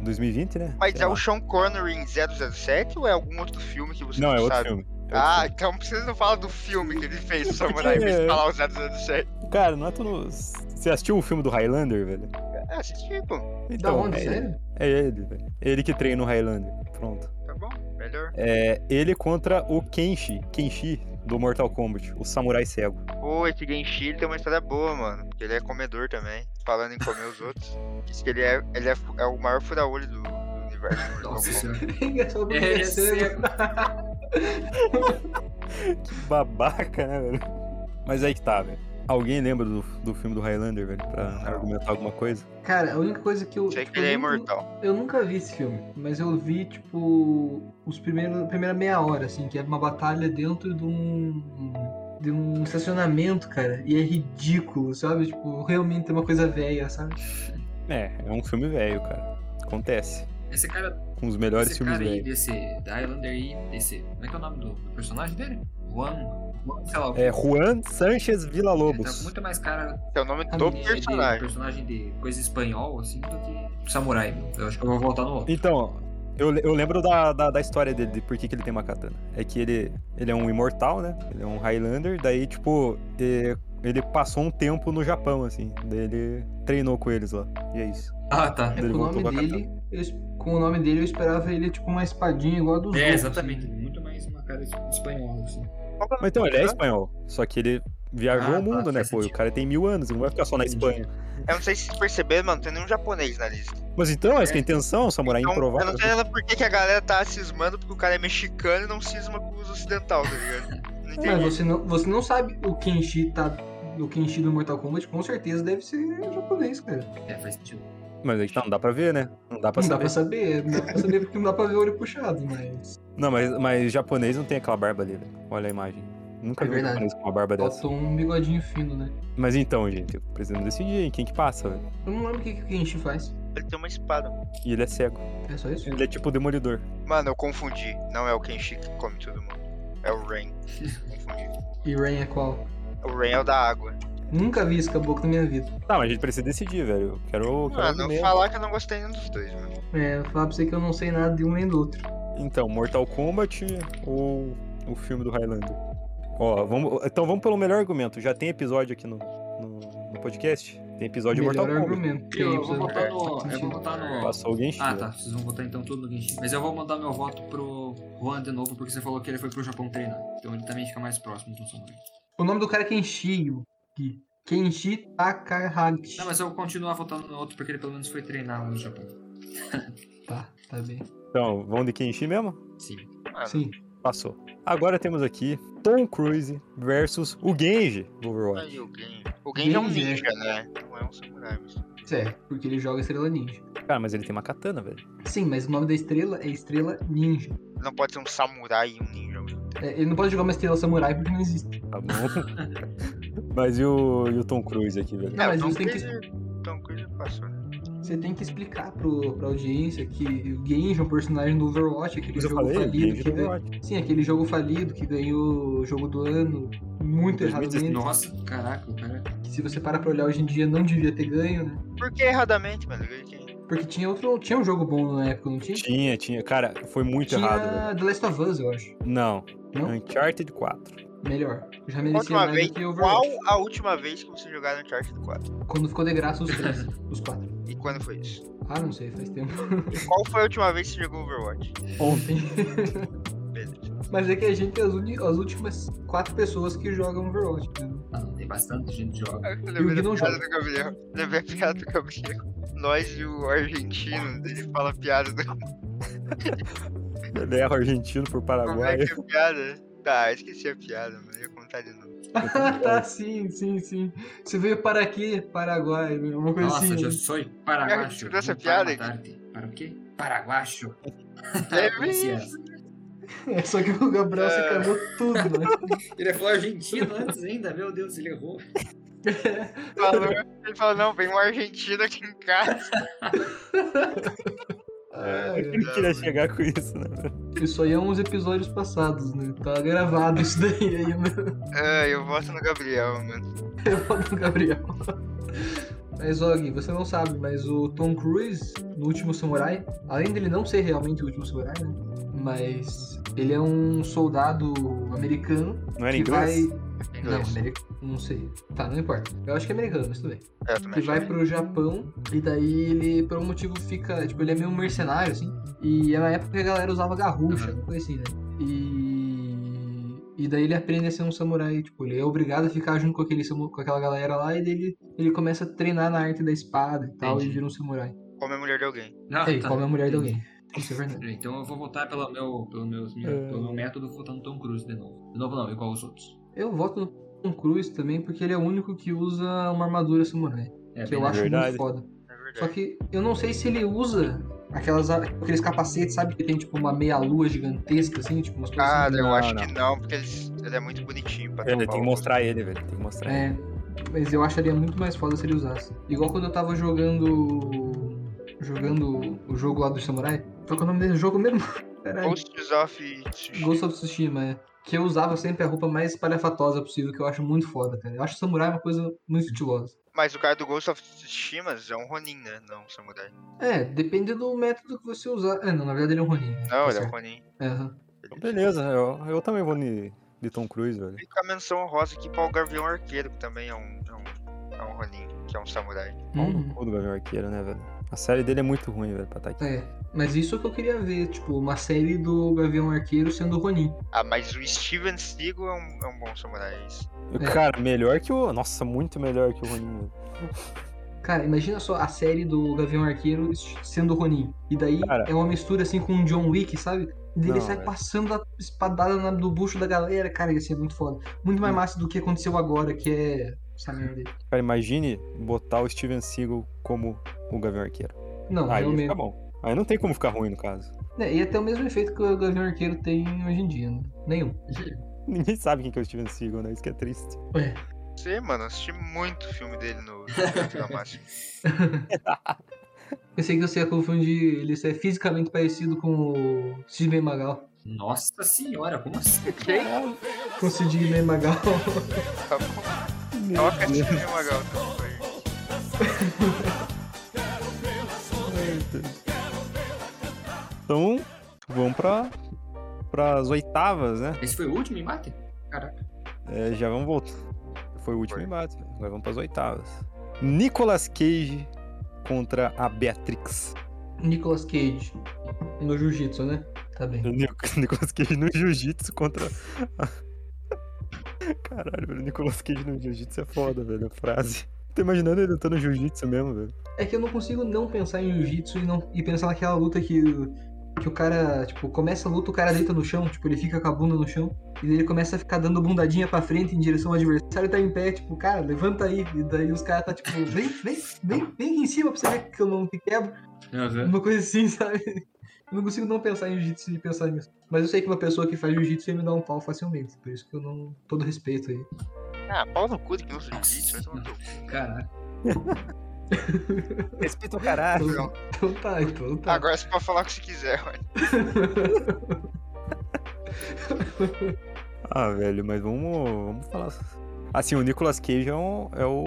em 2020, né? Mas Sei é lá. o Sean Connery em 007 ou é algum outro filme que você Não, é outro sabe? filme. É outro Ah, então vocês não falam do filme que ele fez, o Samurai, Porque- vocês falam o 007. filme. Cara, não é tu. não- Você assistiu o filme do Highlander, velho? É, assisti, pô. Da Então, onde, é, sério? é ele, velho. Ele que treina o Highlander. Pronto. Tá bom, melhor. É ele contra o Kenshi, Kenshi do Mortal Kombat, o samurai cego. Pô, esse Genshin ele tem uma história boa, mano. Porque ele é comedor também, falando em comer os outros. Diz que ele é, ele é, fu- é o maior fura-olho do, do universo. do Nossa Mortal Kombat. senhora. Engraçado porque É, é sério. cego. Babaca, né, velho? Mas aí que tá, velho. Alguém lembra do, do filme do Highlander, velho? Pra argumentar alguma coisa? Cara, a única coisa que eu. Sei tipo, que ele é eu nunca- imortal. Eu nunca vi esse filme, mas eu vi, tipo, os primeiros, a primeira meia hora, assim, que era uma batalha dentro de um. de um estacionamento, cara. E é ridículo, sabe? Tipo, realmente é uma coisa velha, sabe? É, é um filme velho, cara. Acontece. Esse cara, Com os melhores esse filmes cara aí velhos. desse da Highlander aí, desse. Como é que é o nome do, do personagem dele? Juan. Juan, sei lá o É quê. Juan Sanchez Ele tá com Villa-Lobos. muito mais cara Esse é o nome do Também de, de personagem. Tá personagem de coisa espanhol, assim, do que samurai. meu. Eu acho que eu vou voltar no outro. Então, eu, le- eu lembro da, da, da história dele, de por que, que ele tem uma katana. É que ele, ele é um imortal, né? Ele é um Highlander, daí, tipo, é, ele passou um tempo no Japão, assim. Daí ele treinou com eles lá. E é isso. Ah, tá. É, Ele com o voltou nome com a dele. eu es- com o nome dele eu esperava ele tipo uma espadinha igual a dos É, outros, exatamente. assim. Muito mais uma cara de espanhol, assim. Mas então, ele é espanhol. Só que ele viajou Ah, o mundo, tá, né? faz Pô, o sentido. cara tem mil anos, ele não vai ficar só na Espanha. Eu não sei se vocês perceberam, mano, tem nenhum japonês na lista. Mas então, essa que é a intenção, samurai Então, eu improvável. não sei ela por que que a galera tá cismando porque o cara é mexicano e não cisma com os ocidental, tá ligado? Não assim. Mas entendi. você não, você não sabe o Kenshi tá. O Kenshi do Mortal Kombat com certeza deve ser japonês, cara. É, faz sentido. Mas aí que tá, não dá pra ver, né? Não dá pra não dá saber. pra saber, não dá pra saber porque não dá pra ver o olho puxado, mas. Não, mas, mas japonês não tem aquela barba ali, velho. Olha a imagem. Nunca É vi um verdade. japonês com uma barba dessa. Faltou um bigodinho fino, né? Mas então, gente, precisamos decidir hein? quem que passa, velho. Eu não lembro o que, que o Kenshi faz. Ele tem uma espada. E ele é cego. É só isso? Ele é tipo o demolidor. Mano, eu confundi. Não é o Kenshi que come todo mundo. É o Rain. Confundi. E Rain é qual? O Rain é o da água. Nunca vi esse caboclo na minha vida. Tá, mas a gente precisa decidir, velho. Eu quero. eu quero Mano, argumento. falar que eu Ah, não gostei nenhum dos dois, mano. É, vou falar pra você que eu não sei nada de um nem do outro. Então, Mortal Kombat ou o filme do Highlander? Ó, vamos. Então vamos pelo melhor argumento. Já tem episódio aqui no, no, no podcast? Tem episódio de Melhor Mortal Kombat. argumento. Tem Eu vou episódio- votar no. é, é faz Eu vou sentido. votar no. Passou né? alguém Ah, tá. Vocês vão votar então tudo no Genshin. Mas eu vou mandar meu voto pro Juan de novo, porque você falou que ele foi pro Japão treinar. Então ele também fica mais próximo do Samurai. O nome do cara é Kenshi. Yuki. Kenshi Takahashi. Não, mas eu vou continuar votando no outro, porque ele pelo menos foi treinar lá no Japão. Tá, tá bem. Então, vão de Kenshi mesmo? Sim. Mano, Sim. Passou. Agora temos aqui Tom Cruise versus o Genji do Overwatch. tá aí o Gen. O Gen é um Genji, ninja, né? Não é um samurai, mas. Certo, é, porque ele joga Estrela Ninja. Cara, mas ele tem uma katana, velho. Sim, mas o nome da estrela é Estrela Ninja. Não pode ser um samurai e um ninja. mano. É, ele não pode jogar uma estrela samurai porque não existe. Tá bom. mas e o, e o Tom Cruise aqui, velho? Não, É, mas o Tom você tem que- Cruise. Tom Cruise passou, né? Você tem que explicar pro, pra audiência que o Genji é um personagem do Overwatch, aquele Mas eu jogo falei, o falido Genji é que do ganhou. Overwatch. Sim, aquele jogo falido que ganhou o jogo do ano, muito 2019. erradamente. Nossa, caraca, o cara. tá que se você parar pra olhar hoje em dia não devia ter ganho, né? Por que erradamente, mano? Ele é tem- Porque tinha outro. Tinha um jogo bom na época, não tinha? Tinha, tinha. Cara, foi muito tinha errado, né? velho. The Last of Us, eu acho. Não. Não? Uncharted 4. Melhor. Já merecia Última mais vez. do que Qual Overwatch. a última vez que você jogaram Uncharted 4? Quando ficou de graça os três, os quatro. E quando foi isso? Ah, não sei, faz tempo. E qual foi a última vez que você jogou Overwatch? Ontem. Beleza. Mas é que a gente é as, uni- as últimas quatro pessoas que jogam Overwatch, É. né? Ah, não, tem bastante gente que joga. Eu E o lembrei Gui da não piada joga. do Gabriel. Lembrei a piada do Gabriel. Nós e o argentino, ele fala piada né? do Ele erra o é argentino por Como é Paraguai. que é a piada? Tá, esqueci a piada, mano. Eu ia contar de novo. Ah, Então, tá, sim, sim, sim. Você veio para aqui, Paraguai, né? uma coisa Nossa, assim. né? eu sou paraguacho. Cara, essa vim piada, Para, matar-te. para o quê? Paraguacho. Ah, É Conhecia mesmo? essa. É, só que o Gabriel se É. cagou tudo, né? Ele é falou argentino antes ainda, meu Deus, ele errou. Falou, ele falou, não, vem um argentino aqui em casa. É, eu não queria chegar com isso, né? Isso aí é uns episódios passados, né? Tá gravado isso daí ainda. É, eu voto no Gabriel, mano. Eu falo do Gabriel. Mas, Og, você não sabe, mas o Tom Cruise, no Último Samurai, além dele não ser realmente o Último Samurai, né? Mas ele é um soldado americano Não era que inglês? É, vai... Em Não, inglês. americano. Não sei. Tá, não importa. Eu acho que é americano, mas tudo bem. É, eu também que vai achei. pro Japão e daí ele, por um motivo, fica. Tipo, ele é meio mercenário, assim. E é na época que a galera usava garrucha, não coisa assim, né? E. E daí ele aprende a ser um samurai, tipo, ele é obrigado a ficar junto com, aquele, samu- com aquela galera lá e daí ele, ele começa a treinar na arte da espada e tal, Entendi. e vira um samurai. Como é a mulher de alguém. Não, é, e tá. come a mulher de alguém. Isso é verdade. É, Então eu vou votar pelo meu, pelo meu, minha- É. pelo meu método, eu vou votar no Tom Cruise de novo. De novo não, igual os outros. Eu voto no Tom Cruise também, porque ele é o único que usa uma armadura samurai. É, que eu bem- acho verdade. muito foda. É Só verdade. que eu não sei se ele usa aquelas, aqueles capacetes, sabe? Que tem tipo uma meia-lua gigantesca, assim, tipo umas coisas. Ah, assim. eu Não, acho não. que não, porque eles- ele, é muito bonitinho pra É, tem topar que o- mostrar ele, velho. Tem que mostrar ele. É, mas eu acharia muito mais foda se ele usasse. Igual quando eu tava jogando. jogando o jogo lá do Samurai. Qual que é o nome desse jogo mesmo? Caralho. Ghosts of Tsushima. Ghost of Tsushima, é. Que eu usava sempre a roupa mais espalhafatosa possível, que eu acho muito foda, cara. Eu acho samurai uma coisa muito estilosa. Mas o cara do Ghost of Tsushima é um Ronin, né? Não um samurai. É, depende do método que você usar. É, não, na verdade ele é um Ronin. né? Não, Tá ele é um certo. Ronin. É, aham. Beleza, eu, eu também vou de, de Tom Cruise, velho. E com a menção honrosa aqui pra o Gavião Arqueiro, que também é um, é um, é um Ronin, que é um samurai. Uhum. O do Gavião Arqueiro, né, velho? A série dele é muito ruim, velho, pra estar aqui. É, mas isso que eu queria ver, tipo, uma série do Gavião Arqueiro sendo Ronin. Ah, mas o Steven Seagal é um, é um bom samurai. é isso. É. Cara, melhor que o. Nossa, muito melhor que o Ronin, velho. Cara, imagina só a série do Gavião Arqueiro sendo Ronin. E daí Cara. é uma mistura assim com o John Wick, sabe? E daí ele Não, é. sai velho. passando a espadada na- do bucho da galera. Cara, ia ser muito foda. Muito Hum. mais massa do que aconteceu agora, que é. Essa merda aí. Cara, imagine botar o Steven Seagal como o Gavião Arqueiro. Não, Aí realmente. fica bom. Aí não tem como ficar ruim, no caso. É, e até o mesmo efeito que o Gavião Arqueiro tem hoje em dia, né? Nenhum. Ninguém sabe quem que é o Steven Seagal, né? Isso que é triste. É. Sei, mano, eu assisti muito filme dele no Cultura Máxima. Pensei que você ia confundir ele ser fisicamente parecido com o Sid Ben Magal. Nossa senhora, como assim? Com o Sid Ben Magal. Tá bom. Toca esse filme, Magal. toca aí. Então, vamos pra. pras oitavas, né? Esse foi o último embate? É, já vamos voltar. Foi o último Foi. embate, velho. agora vamos pras oitavas. Nicolas Cage contra a Beatrix. Nicolas Cage. No Jiu-Jitsu, né? Tá bem. O Nic- Nicolas Cage no jiu-jitsu contra. Caralho, velho. Nicolas Cage no jiu-jitsu é foda, velho. A frase. Tô imaginando ele lutando jiu-jitsu mesmo, velho. É que eu não consigo não pensar em jiu-jitsu e, não- e pensar naquela luta que, que o cara, tipo, começa a luta, o cara deita no chão, tipo, ele fica com a bunda no chão, e daí ele começa a ficar dando bundadinha pra frente em direção ao adversário e tá em pé, tipo, cara, levanta aí, e daí os caras tá tipo, vem, vem, vem, vem aqui em cima pra você ver que eu não te quebro, Aham. uma coisa assim, sabe? Eu não consigo não pensar em jiu-jitsu e pensar nisso. Mas eu sei que uma pessoa que faz jiu-jitsu ia me dar um pau facilmente, por isso que eu não. todo respeito aí. Ah, pau no cu de que não se diz, mas não tô. Caraca. Respeita o caralho. Então, então tá, então tá. Agora você pode falar o que você quiser, mano. Ah, velho, mas vamos, vamos falar. Assim, o Nicolas Cage é, um, é o,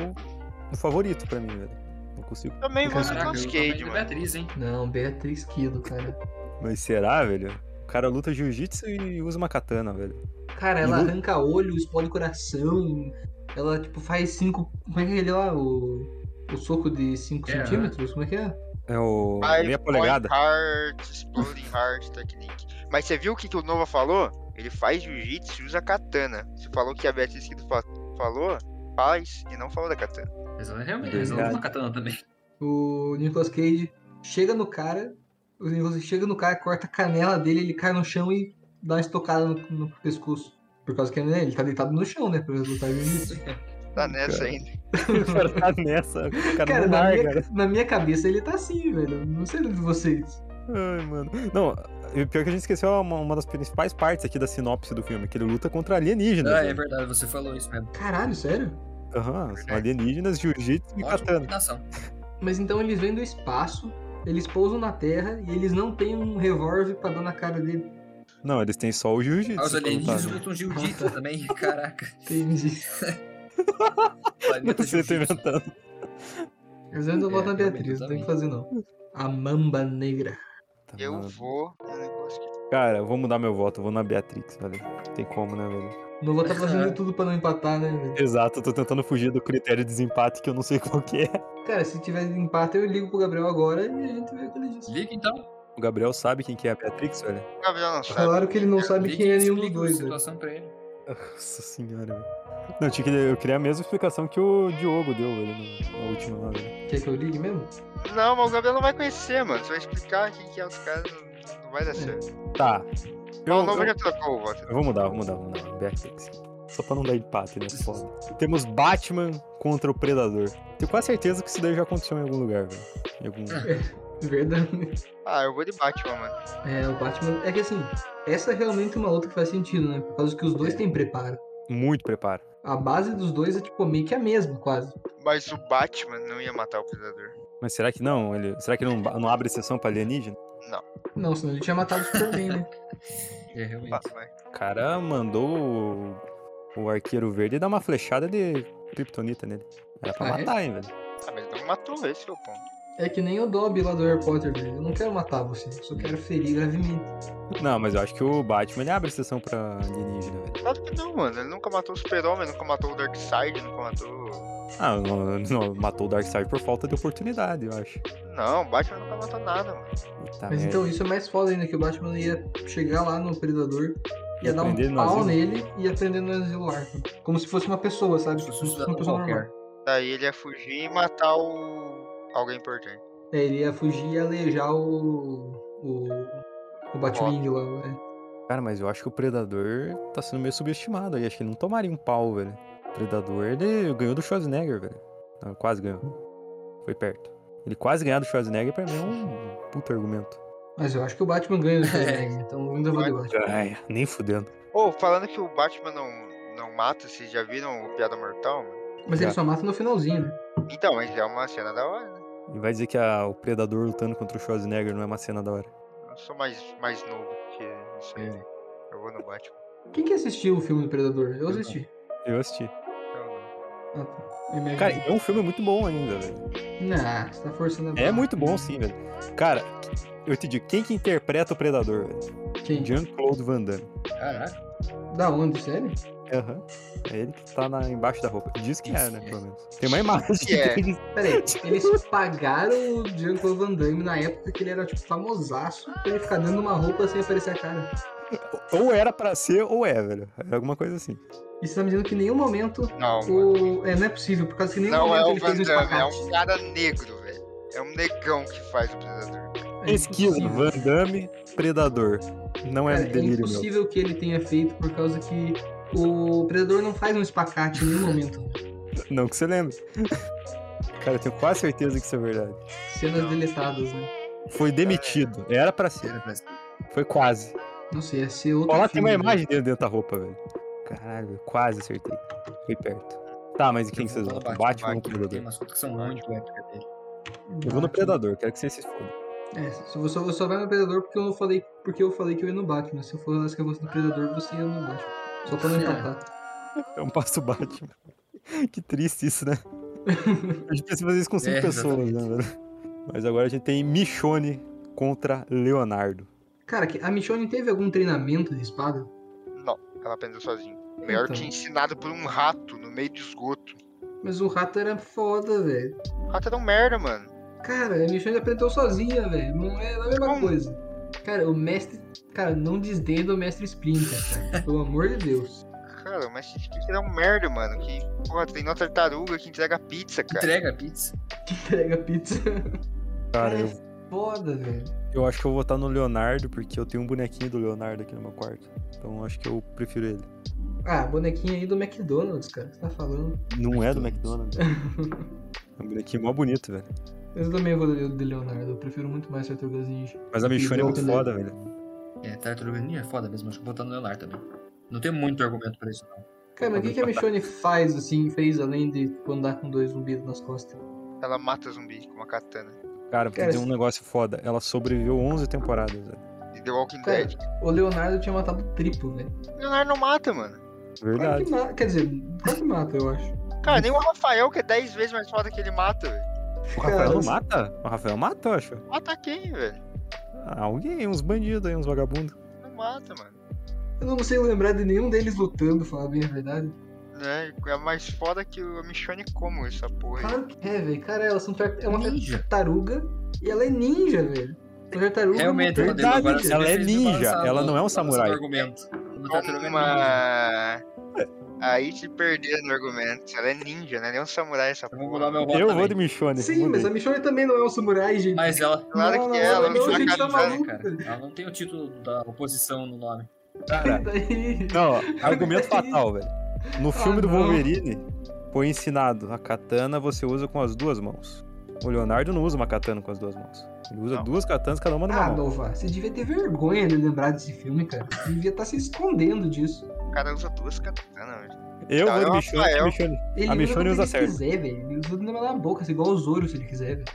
o favorito pra mim, velho. Não consigo. Também vou Caraca, no Caraca, Nicolas eu tava Cage, indo mano. Beatriz, hein? Não, Beatriz Kido, cara. Mas será, velho? O cara luta jiu-jitsu e usa uma katana, velho. Cara, ela Uhum. arranca olho, explode coração. Ela, tipo, faz cinco. Como é que é ele lá? O, o soco de 5 É, centímetros? Como é que é? É o. Vai, Meia Point polegada. Hard, Exploding Hard Technique. Mas você viu o que, que o Nova falou? Ele faz jiu-jitsu e usa katana. Você falou que a Beatriz Kido fa- falou, faz e não falou da katana. Mas ela realmente, mas ela usa uma katana também. O Nicolas Cage chega no cara. O Nicolas Cage chega no cara, corta a canela dele, ele cai no chão e dá uma estocada no, no pescoço. Por causa que né, ele tá deitado no chão, né? Por resultar jiu-jitsu. Tá nessa Hum, Cara. ainda. O cara tá nessa. O cara, Cara, não na larga. minha, na minha cabeça ele tá assim, velho. Não sei de vocês. Ai, mano. Não, e pior é que a gente esqueceu uma, uma das principais partes aqui da sinopse do filme, que ele luta contra alienígenas. né? Ah, é velho. verdade, você falou isso mesmo. Caralho, sério? Aham, são alienígenas, jiu-jitsu e Ótima katana. combinação. Mas então eles vêm do espaço Eles pousam na terra e eles não têm um revólver pra dar na cara dele. Não, eles têm só o jiu-jitsu. Ah, os quando alienígenas tá- lutam jiu-jitsu também, caraca. Entendi. Não Planeta sei, tô jiu-jitsu. inventando. Mas eu ainda É, volto na realmente, Beatriz, não tem o que fazer exatamente. não. A mamba negra. Tá Eu vou. no negócio que- Cara, eu vou mudar meu voto, eu vou na Beatrix, velho. Não Tem como, né, velho? Não vou estar fazendo de tudo pra não empatar, né, velho? Exato, eu tô tentando fugir do critério de desempate que eu não sei qual que é. Cara, se tiver empate, eu ligo pro Gabriel agora e a gente vê o que ele diz. Liga então. O Gabriel sabe quem que é a Beatrix, velho? Gabriel não sabe. Falaram que ele não sabe Liga quem e é nenhum dos explica a dois, velho. situação pra ele. Nossa senhora, velho. Não, eu, tinha que, eu queria a mesma explicação que o Diogo deu, velho, na, na última lá, velho. Quer que eu ligue mesmo? Não, mas o Gabriel não vai conhecer, mano. Você vai explicar quem que é os caras. não- Não vai dar certo. Tá. Eu, Paulo Nobre eu- já trocou o voto. eu vou mudar, vou mudar, vou mudar. Beatrix. Só pra não dar empate, né, foda. Temos Batman contra o Predador. Tenho quase certeza que isso daí já aconteceu em algum lugar, velho. Em algum... Verdade. Ah, eu vou de Batman, mano. É, o Batman. É que assim, essa é realmente uma luta que faz sentido, né? Por causa que os dois têm preparo. Muito preparo. A base dos dois é tipo meio que a mesma, quase. Mas o Batman não ia matar o Predador. Mas será que não? Ele, será que não, não abre exceção pra alienígena? Não, senão ele tinha matado o Superman, né? É, realmente. Batman. O cara mandou o, o arqueiro verde dar uma flechada de kryptonita nele. Era pra Ah, é? matar, hein, velho. Ah, mas não matou, esse é o ponto. É que nem o Dobby lá do Harry Potter, velho. Eu não quero matar você, eu só quero ferir gravemente. Tá Não, mas eu acho que o Batman ele abre exceção pra alienígena, velho. Claro que não, mano. Ele nunca matou o Super-Homem, nunca matou o Darkseid, nunca matou. Ah, não, não, matou o Darkseid por falta de oportunidade, eu acho. Não, o Batman nunca matou nada, mano. Puta Mas merda. então isso é mais foda ainda, que o Batman ia chegar lá no Predador, ia Ia dar um prender no pau asilo. nele e ia prender no asilo Arkham. Como se fosse uma pessoa, sabe? Como se um um fosse uma pessoa normal. Daí ele ia fugir e matar o. alguém importante. É, ele ia fugir e alejar o. o. o Batwing lá, né? Cara, mas eu acho que o Predador tá sendo meio subestimado aí. Acho que ele não tomaria um pau, velho. O Predador, ele ganhou do Schwarzenegger, velho. Não, quase ganhou. Foi perto. Ele quase ganhar do Schwarzenegger pra mim é um puto argumento. Mas eu acho que o Batman ganha do Schwarzenegger, então eu ainda vou de Batman. Ai, nem fudendo. Ô, falando que o Batman não, não mata, vocês já viram o Piada Mortal, mano? Mas Já. ele só mata no finalzinho, né? Então, mas é uma cena da hora, né? E vai dizer que a- o Predador lutando contra o Schwarzenegger não é uma cena da hora. Eu sou mais, mais novo que isso aí. Hum. né? Eu vou no Batman. Quem que assistiu o filme do Predador? Eu assisti. Eu assisti. Eu não. Ah, tá. É minha Cara, vida. é um filme muito bom ainda, velho. Nah, você tá forçando a É barra. muito bom sim, velho. Cara, eu te digo, quem que interpreta o Predador, velho? Quem? Jean-Claude Van Damme. Caraca. Da onde, sério? Aham. É ele que tá na, embaixo da roupa. Diz que é, Diz né? que é. Pelo menos. Tem uma imagem que é. dele. Pera aí, eles pagaram o Jean-Claude Van Damme na época que ele era, tipo, famosaço pra ele ficar dando uma roupa sem aparecer a cara. Ou era pra ser, ou é, velho. É alguma coisa assim. E você tá me dizendo que em nenhum momento Não, mano. o... É, não é possível, por causa que em nenhum Não momento é o ele Van fez um Damme, é espacate. um cara negro, velho. É um negão que faz o Predador. É Pesquisa, impossível. Van Damme, Predador. Não é Cara, é delírio meu. impossível que ele tenha feito por causa que o predador não faz um espacate em nenhum momento. Não que você lembre. Cara, eu tenho quase certeza que isso é verdade. Cenas deletadas, né? Foi demitido. Era pra ser. né? Foi quase. Não sei, ia ser outro. Ó, lá tem filme, uma né? imagem dele dentro da roupa, velho. Caralho, velho, quase acertei. Foi perto. Tá, mas e quem que vocês votam? Batman ou Tem Predador? umas coisas que são muito épicas dele. Eu vou no Predador, quero que vocês se fodam. É, se você eu só vai no predador porque eu não falei porque eu falei que eu ia no Batman. Se eu falasse que eu fosse no predador, você ia no Batman. Só pra É. não empatar. Eu passo o Batman. Que triste isso, né? A gente precisa fazer isso com cinco É, pessoas, né, velho? Mas agora a gente tem Michonne contra Leonardo. Cara, que- a Michonne teve algum treinamento de espada? Não, ela aprendeu sozinha. Melhor Então. que ensinado por um rato no meio do esgoto. Mas o rato era foda, velho. O rato era um merda, mano. Cara, a Michonne aprendeu sozinha, velho. Não é a mesma Como? coisa. Cara, o mestre. Cara, não desdém do mestre Splinter, cara. Pelo amor de Deus. Cara, o Mestre Splinter é um merda, mano. Que, porra, tem uma tartaruga que entrega pizza, cara. Entrega pizza. entrega pizza. Cara, eu, é foda, velho. eu acho que eu vou votar no Leonardo, porque eu tenho um bonequinho do Leonardo aqui no meu quarto. Então eu acho que eu prefiro ele. Ah, bonequinho aí do McDonald's, cara. Você tá falando? Não é do McDonald's. É um bonequinho mó bonito, velho. Eu também vou do do Leonardo. Eu prefiro muito mais Tartarugas Ninja. Mas a Michonne é muito foda, velho. É, tartaruga ninja é foda mesmo, acho que eu vou botar no Leonardo também. Não tem muito argumento pra isso, não. Cara, mas o que, que a Michonne faz, assim, fez além de tipo, andar com dois zumbis nas costas? Ela mata zumbi com uma katana. Cara, vou Cara, dizer um se- negócio foda. Ela sobreviveu 11 temporadas. velho. E The Walking Cara, Dead. o Leonardo tinha matado o triplo, velho. Leonardo não mata, mano. Claro Verdade. que mata. Quer dizer, claro que mata, eu acho. Cara, nem o Rafael, que é 10 vezes mais foda que ele mata, velho. O Rafael não Cara, mata? O Rafael mata, eu acho. Ah, Mata quem, velho? Alguém, uns bandidos aí, uns vagabundos. Não mata, mano. Eu não sei lembrar de nenhum deles lutando, falar bem a verdade. Né? É mais foda que o Michonne como essa porra aí. Claro que é, velho. Cara, elas são tar- é uma Ninja. tartaruga e ela é ninja, velho. A tartaruga Realmente, é ela uma Verdade, tartaruga. derrubou várias ela é vezes e ninja, balançava ela não é um o samurai. argumento. Uma tartaruga é ninja. Uma... Aí se perdendo o argumento. Ela é ninja, né? Nem um samurai essa Eu vou mudar porra. meu voto eu também. vou de Michonne. Sim, mas a mudei. Michonne também não é um samurai, gente. Mas ela... Claro Não, que é, não, ela né, não, me gente, tá sacanagem. maluco. cara. Ela não tem o título da oposição no nome. Cara, Daí- não, ó, argumento fatal, velho. No filme do Ah, não. Wolverine, foi ensinado: a katana você usa com as duas mãos. O Leonardo não usa uma katana com as duas mãos. Ele usa Não. duas katanas, cada uma numa Ah, mão. Nova, você devia ter vergonha de lembrar desse filme, cara. Você devia estar se escondendo disso. O cara usa duas katanas, velho. Eu Não, vou é de o Michonne, Rafael. Michonne. Ele A Michonne quando usa ele certo. quiser, velho. Ele usa na boca, assim, igual o Zoro, se ele quiser, velho.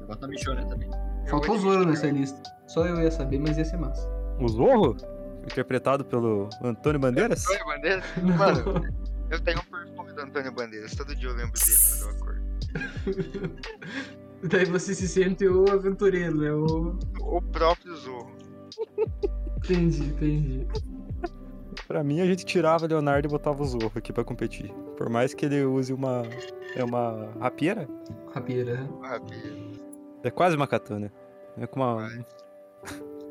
Eu boto na Michonne também. Eu Faltou vou o de Zoro Michonne. nessa lista. Só eu ia saber, mas ia ser massa. O Zorro? Interpretado pelo Antônio Bandeiras? Antônio Bandeiras? Mano, eu tenho um perfume do Antônio Bandeiras. Todo dia eu lembro dele quando eu acordo. Daí você se sente o aventureiro, né? O... O próprio Zorro. Entendi, entendi. Pra mim, a gente tirava Leonardo e botava o Zorro aqui pra competir. Por mais que ele use uma. É uma rapieira? Rapira. Rabi. É quase uma katana. É com uma.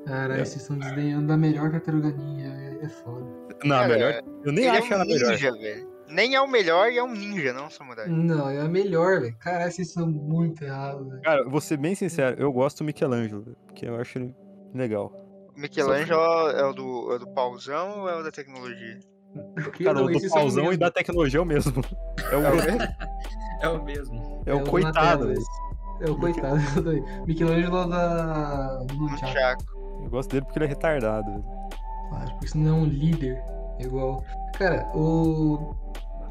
Caralho, É. vocês estão desdenhando da melhor tartaruganinha. É, é foda. Não, a Cara, melhor. Eu nem Ele acho é um ela melhor. ninja, velho. Nem é o melhor e é um ninja, não um samurai. Não, é a melhor, velho. Caralho, vocês são muito errados, velho. Cara, vou ser bem sincero, eu gosto do Michelangelo, porque eu acho ele legal. Michelangelo é o do, é o do pauzão ou é o da tecnologia? Porque Cara, não, o do esses são pauzão e lindos. da tecnologia é o mesmo. um É o, É o mesmo. é o do coitado. Donatello, velho. esse. É o coitado. isso daí. Michelangelo da. do Um Nunchaku. chaco. Eu gosto dele porque ele é retardado. velho. Claro, porque senão é um líder. É Igual. Cara, o.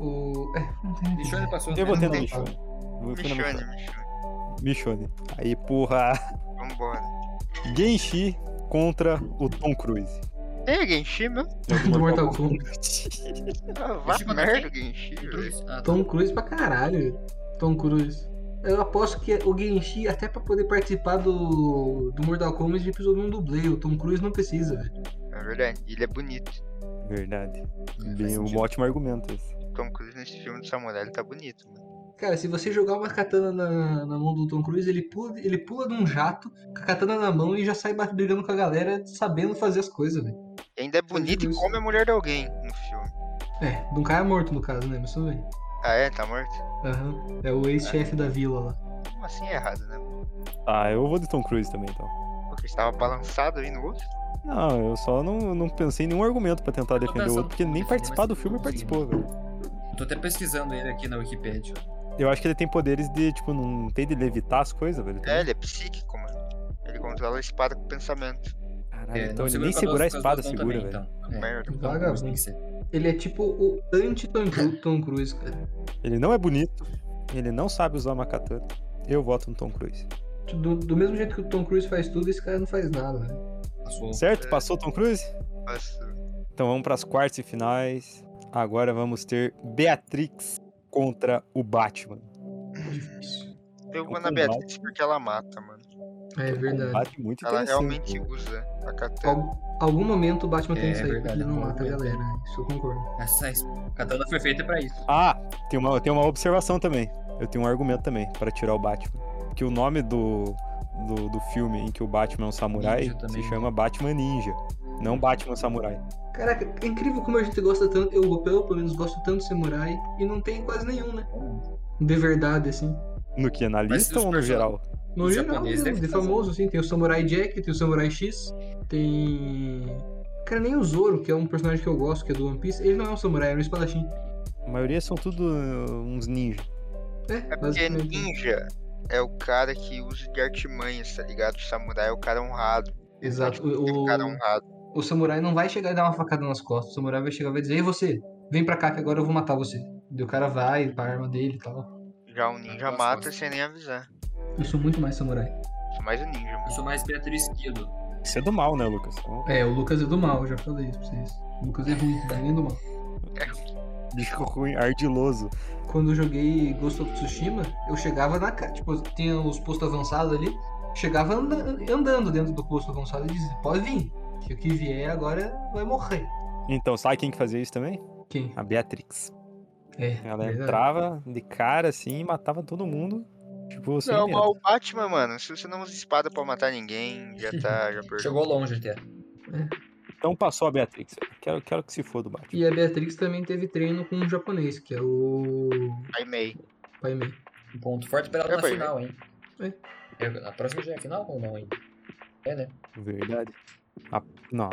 O. É, não tem. Michonne passou. Eu né? votei na não, Michonne. Vou votar na Michonne, Michonne. Michonne. Aí, porra. Vambora. Genshi contra o Tom Cruise. Tem a Genshi, meu? É o Do Mortal Kombat. Ah, vá Genshi contra merda, Genshi, velho. Cruz. Ah, tá. Tom Cruise pra caralho. Tom Cruise. Eu aposto que o Genshin, até pra poder participar do, do Mortal Kombat, ele precisou de um dublê. O Tom Cruise não precisa, velho. É verdade, ele é bonito. Verdade. Faz Bem, um sentido. ótimo argumento esse. Tom Cruise nesse filme do Samurai, ele tá bonito, mano. Cara, se você jogar uma katana na, na mão do Tom Cruise, ele pula, ele pula de um jato, com a katana na mão e já sai bat- brigando com a galera, sabendo fazer as coisas, velho. E ainda é bonito e Deus. come a mulher de alguém no filme. É, de um cara morto no caso, né? Mas tudo bem. Ah, é? Tá morto? Aham. É o ex-chefe da vila lá. Como assim é errado, né? Ah, eu vou de Tom Cruise também, então. Porque estava balançado aí no outro. Não, eu só não, não pensei em nenhum argumento pra tentar defender o pensando outro, porque como nem defender, participar mas do filme não participou, velho. Tô até pesquisando ele aqui na Wikipedia. Eu acho que ele tem poderes de, tipo, não tem de levitar as coisas, velho. É, ele é psíquico, mano. Ele controla a espada com pensamento. Caralho, É, então não ele nem com segurar a duas- com as espada duas mãos segura, também, velho. Então. É. Merda. Tom Vagabundo. Cruise tem que ser. Ele é tipo o anti-Tom Cru- Tom Cruise, cara. Ele não é bonito, ele não sabe usar uma katana. Eu voto no Tom Cruise. Tipo, Do, do mesmo jeito que o Tom Cruise faz tudo, esse cara não faz nada, velho. Passou. Certo? É. Passou o Tom Cruise? Nossa. Então vamos pras quartas e finais. Agora vamos ter Beatrix contra o Batman. É Difícil. Eu vou um na combate. Beatriz porque ela mata, mano. É, verdade. Bate muito Ela interessante. né? realmente usa a katana. Al- algum momento o Batman tem É, que sair verdade, porque ele não algum mata a momento. galera. Isso eu concordo. Essa es- katana foi feita pra isso. Ah, tem uma, tem uma observação também. Eu tenho um argumento também pra tirar o Batman. Que o nome do, do, do filme em que o Batman é um samurai Ninja também. se chama Batman Ninja. Não Batman Samurai. Caraca, é incrível como a gente gosta tanto. Eu, eu pelo menos, gosto tanto de samurai e não tem quase nenhum, né? Então, De verdade, assim. No que? Na Mas lista os ou no person- geral? No Os geral, japoneses mesmo, devem de fazer. famoso, assim. Tem o Samurai Jack, tem o Samurai X, tem. Cara, nem o Zoro, que é um personagem que eu gosto, que é do One Piece, ele não é um samurai, ele é um espadachim. A maioria são tudo uh, uns ninjas. É, É porque basicamente. ninja é o cara que usa de artimanhas, tá ligado? O samurai é o cara honrado. Exato. É O, o cara honrado. o samurai não vai chegar e dar uma facada nas costas. O samurai vai chegar e vai dizer: Ei, você, vem pra cá que agora eu vou matar você. Daí o cara vai pra arma dele e tal. Já o ninja É um Nossa, assim. mata nossa. sem nem avisar. Eu sou muito mais samurai. sou mais o ninja, Eu mano. sou mais Beatriz Guido. Você é do mal, né, Lucas? É, o Lucas é do mal, eu já falei isso pra vocês. O Lucas é ruim, tá nem do mal. Bicho ruim, ardiloso. Quando eu joguei Ghost of Tsushima, eu chegava na casa, tipo, tinha os postos avançados ali, chegava anda- andando dentro do posto avançado e dizia, pode vir, que o que vier agora vai morrer. Então, sabe quem que fazia isso também? Quem? A Beatrix. É, Ela verdade. entrava de cara assim e matava todo mundo. Tipo, assim. Não, mas o Batman, mano, se você não usa espada pra matar ninguém, já tá, já perdeu. Chegou longe até. Então passou a Beatrix. velho. Quero, quero que se foda o Batman. E a Beatrix também teve treino com um japonês, que é o Aí meio. Pai Mei. Um ponto forte pra ela É, na foi, final, hein? É, a próxima já é final ou não, hein? É, né? Verdade. A- Não,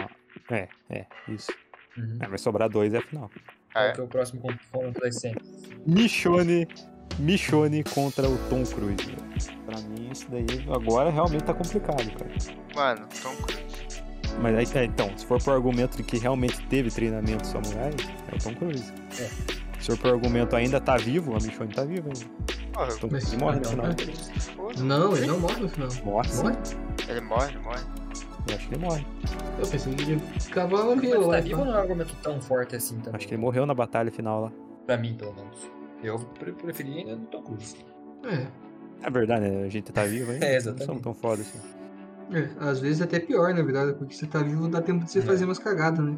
é, é, isso. Uhum. É, vai sobrar dois é a final. Qual É. que é o próximo confronto das 100? Michone. Michone contra o Tom Cruise. velho. Pra mim, isso daí agora realmente tá complicado, cara. Mano, Tom Cruise. Mas aí, é, então, se for por argumento de que realmente teve treinamento samurai, é o Tom Cruise. Se for por argumento ainda tá vivo, a Michonne tá viva ainda. Porra, Tom Ah, Mas- Cruise morre no não, final. né? foda. Não, ele não morre no final. Nossa, Morre? Ele morre, ele morre. eu acho que ele morre. Eu pensei que ele ficava Mas vivo tá lá. vivo ou não é um argumento tão forte assim também? Acho que ele morreu na batalha final lá. Pra mim, pelo menos. Eu pre- preferia ainda do Tom Cruise. É, É verdade, né? A gente tá vivo ainda. É, Não somos exatamente. tão foda assim. é, às vezes até pior, na verdade, porque você tá vivo dá tempo de você É. fazer umas cagadas, né?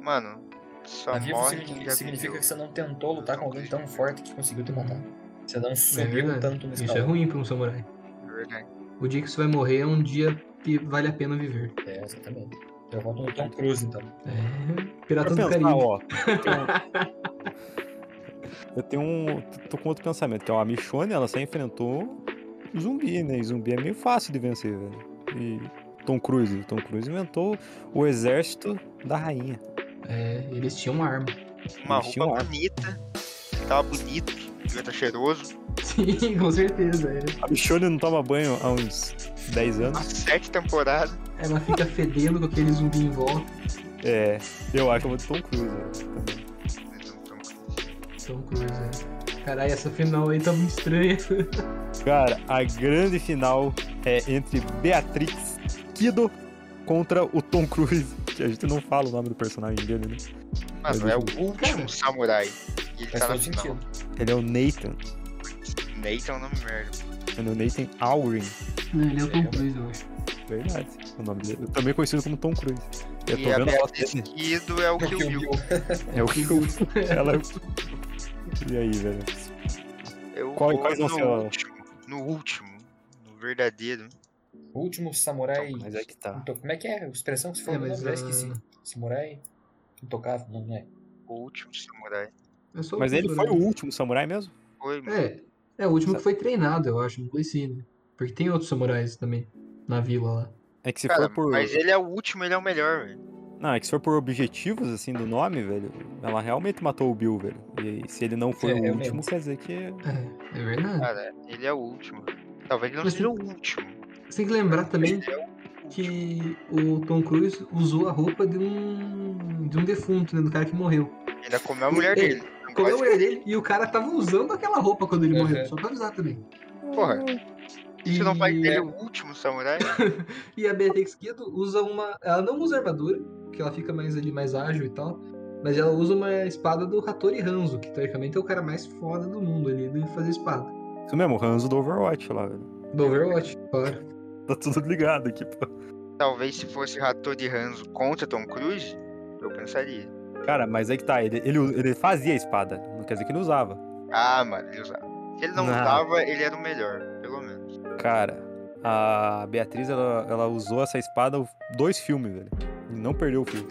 Mano, só Tá vivo morre quem significa, já significa viveu. que você não tentou lutar com alguém tão forte que conseguiu te matar. Você não subiu verdade. tanto no Isso tá. é escalão. ruim pra um samurai. Verdade. O dia que você vai morrer é um dia que vale a pena viver. É, exatamente. Eu volto no Tom Cruise, então. É. Pra Pirata do pensar, Caribe. ó. eu tenho- Eu tenho um. Tô com outro pensamento, que é ó, a Michonne, ela só enfrentou zumbi, né? E zumbi é meio fácil de vencer, velho. E Tom Cruise. Tom Cruise inventou o exército da rainha. É, eles tinham uma arma. Uma Eles tinham roupa um ar. bonita. Ele tava bonito. Devia tá cheiroso. Sim, com certeza. É. A Michonne não toma banho há uns 10 Há anos. sete temporadas. Ela fica fedendo com aquele zumbi em volta. É, eu acho que eu vou de Tom Cruise, velho. também. Tom Cruise. Tom Cruise, é. Caralho, essa final aí tá muito estranha. Cara, a grande final é entre Beatrix Kido contra o Tom Cruise. Que a gente não fala o nome do personagem dele, né? Mano, é o um último Cara. samurai. E ele Faz tá na todo final. sentido. Ele é o Nathan. Nathan é um nome merda. Ele é o Nathan Algren. Não, ele é o Tom Cruise, eu acho. Verdade. O nome dele. Também conhecido como Tom Cruise. Eu e é tô a vendo a foto Beatriz dele. Guido é o Kill Kill Bill. É o que Ela E aí, velho? Eu Qual- vou quais vão no ser a- último. No último. No verdadeiro. O último samurai. Mas é que tá. Então, como é que é? A expressão que se foi É, é, mas, já ah, esqueci. Samurai intocável, não, não é? O último samurai. É só Mas ele cultura, foi o né? último samurai mesmo? Foi, mano. É, é o último que foi treinado, eu acho, não foi sim, né? Porque tem outros samurais também na vila lá. É que se Cara, for por. mas ele é o último, ele é o melhor, velho. Não, é que se for por objetivos, assim, do nome, velho, ela realmente matou o Bill, velho. E se ele não for É, o realmente. último, quer dizer que. É, é verdade. Cara, ele é o último. Talvez ele não Mas seja o tem- último. Você tem que lembrar também Ele é o último. que o Tom Cruise usou a roupa de um de um defunto, né? Do cara que morreu. Ainda comeu a mulher Ei, dele. Não Como é a gosta- mulher dele e o cara tava usando aquela roupa quando ele Uhum. morreu, só pra avisar também. Porra, isso não faz E- dele o último samurai? E a Beatrix Guido usa uma. Ela não usa armadura, porque ela fica mais ali, mais ágil e tal. Mas ela usa uma espada do Hattori Hanzo, que teoricamente é o cara mais foda do mundo ali, de fazer espada. Isso mesmo, o Hanzo do Overwatch lá, velho. Do Overwatch, claro. Tá tudo ligado aqui, pô. Talvez se fosse Rator de Hanzo contra Tom Cruise, eu pensaria. Cara, mas aí que tá, ele, ele, ele fazia a espada. Não quer dizer que ele usava. Ah, mano, ele usava. Se ele não, Não. usava, ele era o melhor, pelo menos. Cara, a Beatriz, ela, ela usou essa espada os dois filmes, velho. E não perdeu o filme.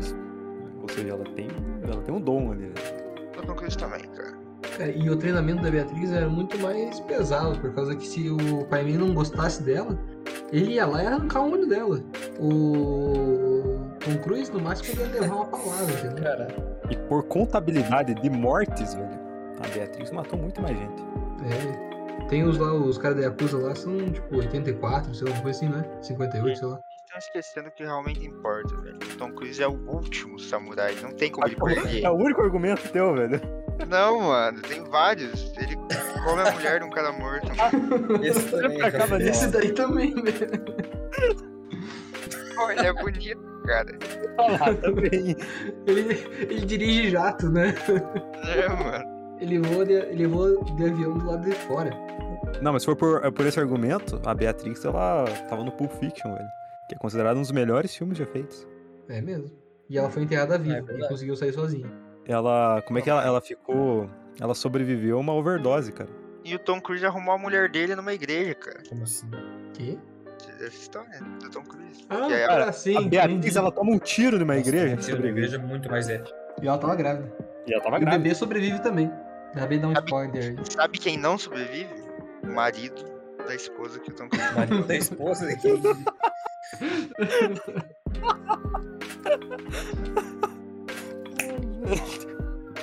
Isso. Ou seja, ela tem, ela tem um dom ali, velho. O Tom Cruise também, cara. Cara, É, e o treinamento da Beatriz era muito mais pesado, por causa que se o Pai Mei não gostasse dela, ele ia lá e ia arrancar o olho dela. O Tom Cruise, no máximo, ia levar uma palavra, entendeu? Cara, E por contabilidade de mortes, velho, a Beatriz matou muito mais gente. É. Tem os lá, os caras da Yakuza lá são tipo 84, sei lá, uma coisa assim, né? 58, sei lá. Estão esquecendo o que realmente importa, velho. O Tom Cruise é o último samurai, não tem como ele É perder. o único argumento teu, velho. Não, mano, tem vários. Ele come a mulher de um cara morto, mano. Esse também, Sempre acaba cara. Esse daí também, né? velho. Pô, ele é bonito, cara. Olha lá, também. Ele, ele dirige jato, né? É, mano. Ele voa, de, ele voa de avião do lado de fora. Não, mas se for por, é por esse argumento, a Beatrix, ela tava no Pulp Fiction, velho. Que é considerado um dos melhores filmes já feitos. É mesmo. E ela foi enterrada É viva verdade. e conseguiu sair sozinha. Ela. Como é que ela, ela ficou. Ela sobreviveu a uma overdose, cara. E o Tom Cruise arrumou a mulher dele numa igreja, cara. Como assim? Que? Essa história do Tom Cruise. Ah, E aí, cara, sim. a Beatriz, entendi. ela toma um tiro numa igreja. Nossa, uma igreja é muito mais épica. E ela tava grávida. E ela tava o bebê sobrevive também. Acabei de dar um Sabe- spoiler aí. Sabe quem não sobrevive? O marido da esposa que o Tom Cruise. Marido da esposa aqui.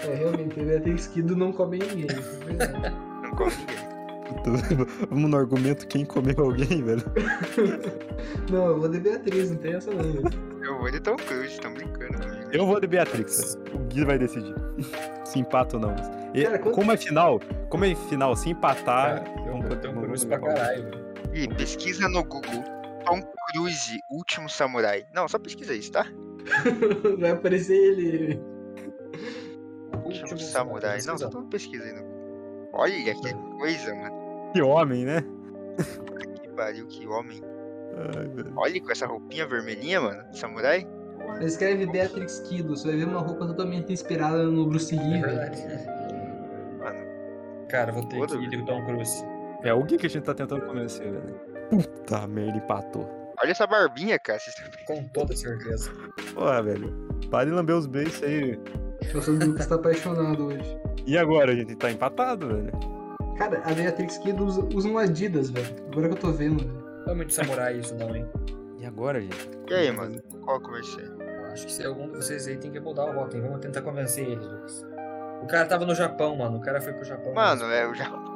É, realmente, a Beatriz Kido não come ninguém. Isso é verdade. Não come ninguém. Vamos no argumento quem comeu alguém, velho. não, eu vou de Beatriz, não tem essa não. velho. Eu vou de Tom Cruise, tão brincando comigo. Eu vou de Beatrix. velho. O Gui vai decidir. Se empata ou não. E Cara, quando- Como é final, como é final, se empatar. Ah, Cara, vamos- eu tenho um vamos- cruz pra vamos- caralho. velho. E pesquisa no Google. Tom Cruise, último samurai. Não, só pesquisa isso, tá? Vai aparecer ele. Último samurai. Não, só pesquisar. tô pesquisa aí no Google. Olha que coisa, mano. Que homem, né? Que pariu, que homem. Ai, velho. Olha com essa roupinha vermelhinha, mano. Samurai. Mas Escreve Beatrix Kido, você vai ver uma roupa totalmente inspirada no Bruce É Lee, velho. verdade. Cara, vou ter que um Todo- ir de Tom Cruise. É o Gui que a gente tá tentando convencer, velho. Puta merda, empatou. Olha essa barbinha, cara. Vocês estão vendo? Com toda certeza. Porra, velho. Para de lamber os beijos aí. Nosso Lucas tá apaixonado hoje. E agora, gente? Tá empatado, velho. Cara, a Beatrix Kido usa, usa um Adidas, velho. Agora que eu tô vendo, velho. Não é muito samurai isso, não, hein? E agora, gente? E aí, mano? Qual que vai ser? Acho que se algum de vocês aí tem que mudar o voto, hein? Vamos tentar convencer ele, Lucas. O cara tava no Japão, mano. O cara foi pro Japão. Mano, é o Japão.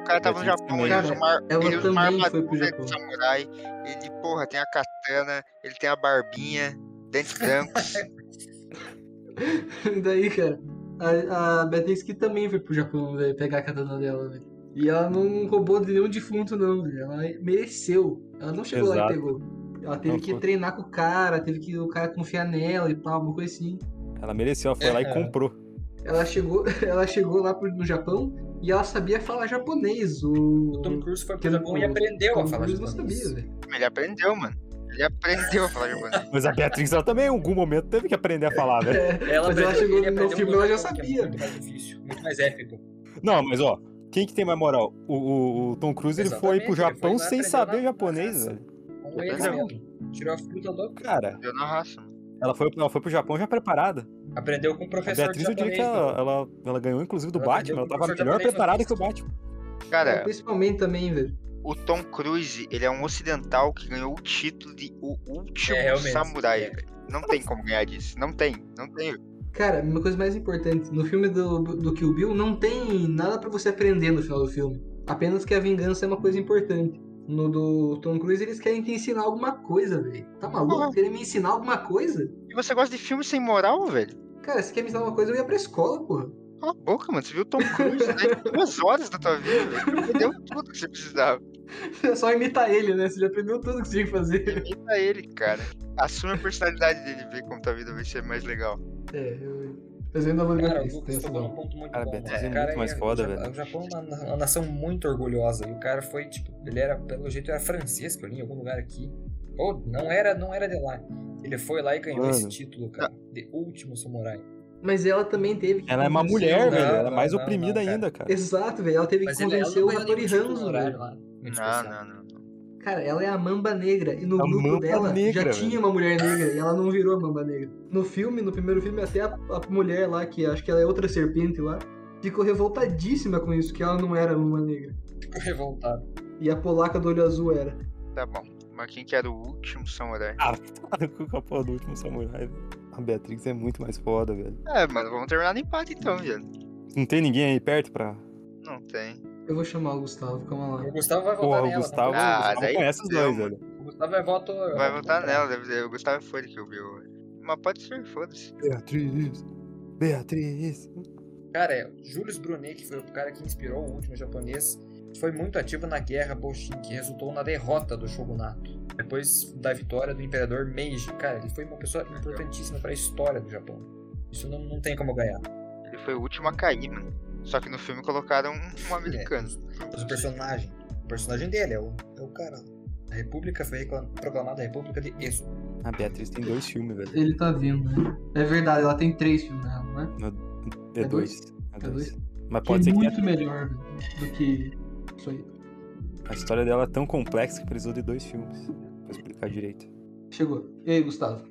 O cara tava no Cara, Japão, ele usa uma, ela ele usa uma também foi pro armadura Japão. de samurai. Ele, porra, tem a katana. Ele tem a barbinha. Dentes brancos. E daí, cara, a, a Beatrix Kido também foi pro Japão, velho, pegar a katana dela, velho. E ela não roubou de nenhum defunto, não, velho. Ela mereceu. Ela não chegou lá Exato. e pegou. Ela teve Não, que pô. treinar com o cara, teve que o cara confiar nela e tal, uma coisa assim. Ela mereceu, ela foi É. lá e comprou. Ela chegou, ela chegou lá pro- no Japão e ela sabia falar japonês. O O Tom Cruise foi pro Tom Japão e Cruise. aprendeu Tom a falar Cruise não japonês. sabia, né? velho. Ele aprendeu, mano. Ele aprendeu a falar japonês. Mas a Beatrix, ela também em algum momento teve que aprender a falar, velho. Ela Mas ela aprendeu- chegou ele no aprendeu filme, no ela já Japão, que sabia. É muito mais difícil, muito mais épico. Não, mas ó, quem que tem mais moral? O, o- o Tom Cruise ele foi Exatamente, pro ele foi Japão lá sem aprender saber na- japonês, na velho. Com ele Não. mesmo. Tirou a fruta louca. Cara, Deu na raça, mano. ela foi, ela foi pro Japão já preparada. Aprendeu com o A professor Beatriz, eu diria japonês. né? que ela, ela, ela ganhou inclusive do Ela Batman, ela aprendeu com tava o professor melhor japonês, preparada mas- que o Batman. Cara, Principalmente também, velho. o Tom Cruise, ele é um ocidental que ganhou o título de o último É, realmente, samurai, é. velho. Não tem como ganhar disso. Não tem, não tem. Cara, uma coisa mais importante, no filme do, do Kill Bill não tem nada pra você aprender no final do filme. Apenas que a vingança é uma coisa importante. No do Tom Cruise, eles querem te ensinar alguma coisa, velho. Tá maluco? Porra. Querem me ensinar alguma coisa? E você gosta de filme sem moral, velho? Cara, se quer me ensinar alguma coisa, eu ia pra escola, porra. Cala a boca, mano. Você viu o Tom Cruise né? duas horas da tua vida, velho. Ele deu tudo que você precisava. É só imitar ele, né? Você já aprendeu tudo que você tinha que fazer. Imita ele, cara. Assume a personalidade dele, vê como tua vida vai ser mais legal. É, eu... Mas eu ainda vou Cara, ligar o Lucas tocou num ponto muito Cara, bom. Beatriz mano. é O cara muito mais foda, o Ja- velho. O Japão é uma, uma nação muito orgulhosa. E o cara foi, tipo, ele era, pelo jeito, era francês, que eu li em algum lugar aqui. Ou não era, não era de lá. Ele foi lá e ganhou Mano. esse título, cara. De último samurai. Mas ela também teve que Ela é uma convencer mulher, o- velho. Ela é não, mais não, oprimida não, cara. ainda, cara. Exato, velho. Ela teve Mas que ele, ela convencer não o ganhou nenhum Hattori título Hanzo, honorário velho. lá. Muito é né? Não, especial. não, não. Cara, ela é a Mamba Negra. E no A grupo Mamba dela Negra, já velho. tinha uma mulher negra e ela não virou a Mamba Negra. No filme, no primeiro filme, até a, a mulher lá, que acho que ela é outra serpente lá, ficou revoltadíssima com isso, que ela não era a Mamba Negra. Fico revoltado. E a polaca do olho azul era. Tá bom. Mas quem que era o último samurai? Com a porra do último samurai, velho. A Beatrix é muito mais foda, velho. É, mano, vamos terminar no empate então, viado. Não tem ninguém aí perto pra. Não tem. Eu vou chamar o Gustavo, calma O lá. Gustavo vai votar Porra, o nela. Gustavo, tá? Ah, o Gustavo daí conhece os deu, dois, mano. velho. O Gustavo é vai votar. Vai votar nela, deve ser. O Gustavo foi ele que ouviu. Mas pode ser, foda-se. Beatriz. Beatriz. Cara, é, Julius Brunet, que foi o cara que inspirou o último japonês, foi muito ativo na guerra Boshin, que resultou na derrota do shogunato. Depois da vitória do imperador Meiji. Cara, ele foi uma pessoa importantíssima para a história do Japão. Isso não, não tem como ganhar. Ele foi o último a cair, mano. Só que no filme colocaram É. um, um americano. Mas o personagem, o personagem dele é o, é o cara. A República foi reclam- proclamada República de Eso. A Beatriz tem dois filmes, velho. Ele tá vindo, né? É verdade, ela tem três filmes nela, não é? É, É dois. É dois. dois. Mas Que é pode ser que muito a, melhor do que isso aí. a história dela é tão complexa que precisou de dois filmes. né, Pra explicar direito. Chegou. E aí, Gustavo?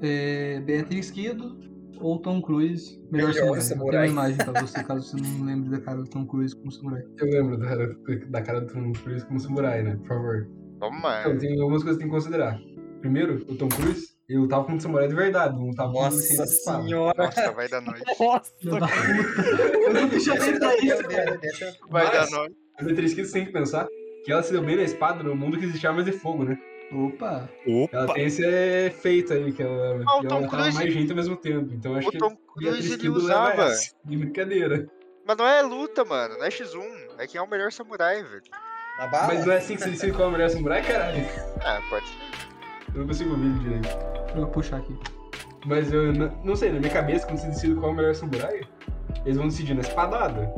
É, Beatriz Kido ou Tom Cruise? Melhor, Melhor samurai. samurai. Tem uma imagem pra você, caso você não lembre da cara do Tom Cruise como samurai. Eu lembro da, da cara do Tom Cruise como samurai, né? Por favor. Toma. Então, tem algumas coisas que tem que considerar. Primeiro, o Tom Cruise, ele lutava com um samurai de verdade, não lutava com um Nossa senhora! Nossa, vai dar noite. Filho da puta. Eu não me chamei é pra isso, cara. Vai Mas- dar noite. A Beatriz Kiss tem que pensar que ela se deu bem na espada no mundo que existia armas de fogo, né? Opa! Ela Opa! tem esse efeito aí, que ela, Ah, o que Tom ela tava Cruise- mais gente ao mesmo tempo. Então acho O que Tom Beatriz Cruise ele Kido leva usava. é assim. essa, De brincadeira. Mas não é luta, mano. Não é X1. É quem é o melhor samurai, velho. Na bala? Mas não é assim que você decide qual é o melhor samurai, caralho. Ah, pode ser. Eu não consigo ouvir ele direito. Deixa eu puxar aqui. Mas eu n- não sei, na minha cabeça, quando você decide qual é o melhor samurai, eles vão decidir na espadada.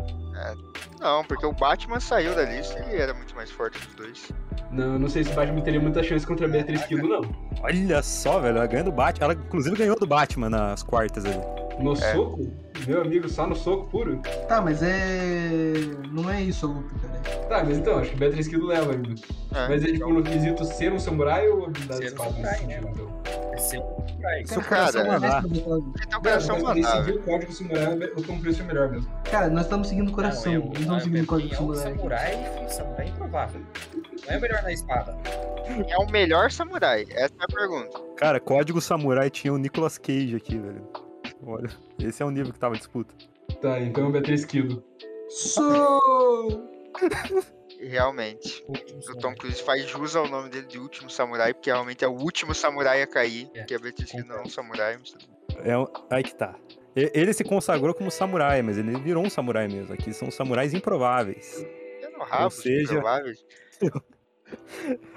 Não, porque o Batman saiu da lista e ele era muito mais forte dos dois. Não, eu não sei se o Batman teria muita chance contra a Beatriz Kido, não. Olha só, velho. Ela ganha do Batman. Ela, inclusive, ganhou do Batman nas quartas ali. No É. soco? Meu amigo, só no soco puro? Tá, mas é. Não é isso a luta, cara. Tá, mas então, acho que Beatriz Kido leva ainda. É. Mas é tipo no quesito ser um samurai ou habilidade Ser de um espada nesse samurai, sentido, né? então? Esse é o Samurai, Seu Cara, é coração mandar. Ele tem o Cara, coração mandado. o código samurai, o Tom Cruise é melhor mesmo. Cara, nós estamos seguindo o coração, Não, é não, o- estamos é seguindo o código é um samurai. samurai, filho, samurai improvável. é Não é o melhor na espada. Quem é o melhor samurai? Essa é a pergunta. Cara, Código Samurai tinha o Nicolas Cage aqui, velho. Olha, esse é o nível que tava a disputa. Tá, então Beatriz Kido. Sou! E realmente. O último O samurai. Tom Cruise faz jus ao nome dele de último samurai, porque realmente é o último samurai a cair. É. Que a Beatriz Kidd não é um samurai. Mas... tudo bem. É, um- aí que tá. E- Ele se consagrou como samurai, mas ele virou um samurai mesmo. Aqui são samurais improváveis. É no rabo, seja- improvável.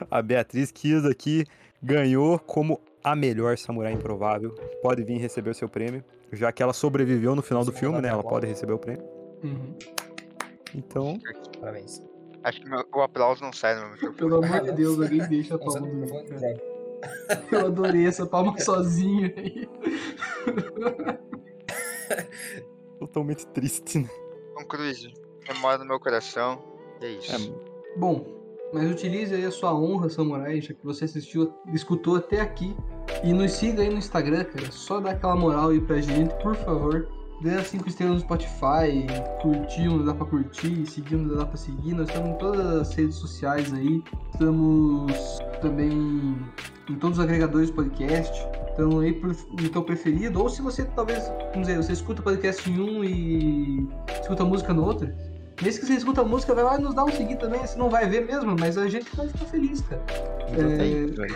A Beatriz Kiss aqui ganhou como a melhor samurai improvável. Pode vir receber o seu prêmio, já que ela sobreviveu no final do Sim, filme, ela né? tá Ela bom. pode receber o prêmio. Uhum. Então, Parabéns. Acho que meu- o aplauso não sai no meu microfone. Pelo amor de Deus, alguém deixa a Não sabe palma o do microfone? cara. Eu adorei essa palma sozinho aí. totalmente triste, né? Tom Cruise, memória no meu coração. E é isso. Bom, mas utilize aí a sua honra, samurai, já que você assistiu, escutou até aqui. E nos siga aí no Instagram, cara. Só dá aquela moral aí pra gente, por favor. Dê as 5 estrelas no Spotify, curtiu, não dá pra curtir, seguiu, não dá pra seguir. Nós estamos em todas as redes sociais aí. Estamos também em todos os agregadores de podcast. Estamos aí pro, no teu preferido. Ou se você talvez, vamos dizer, você escuta podcast em um e escuta música no outro. Mesmo que você escuta a música, vai lá e nos dá um seguir também. Você não vai ver mesmo, mas a gente vai ficar feliz, cara. É, É. tá Exatamente, velho.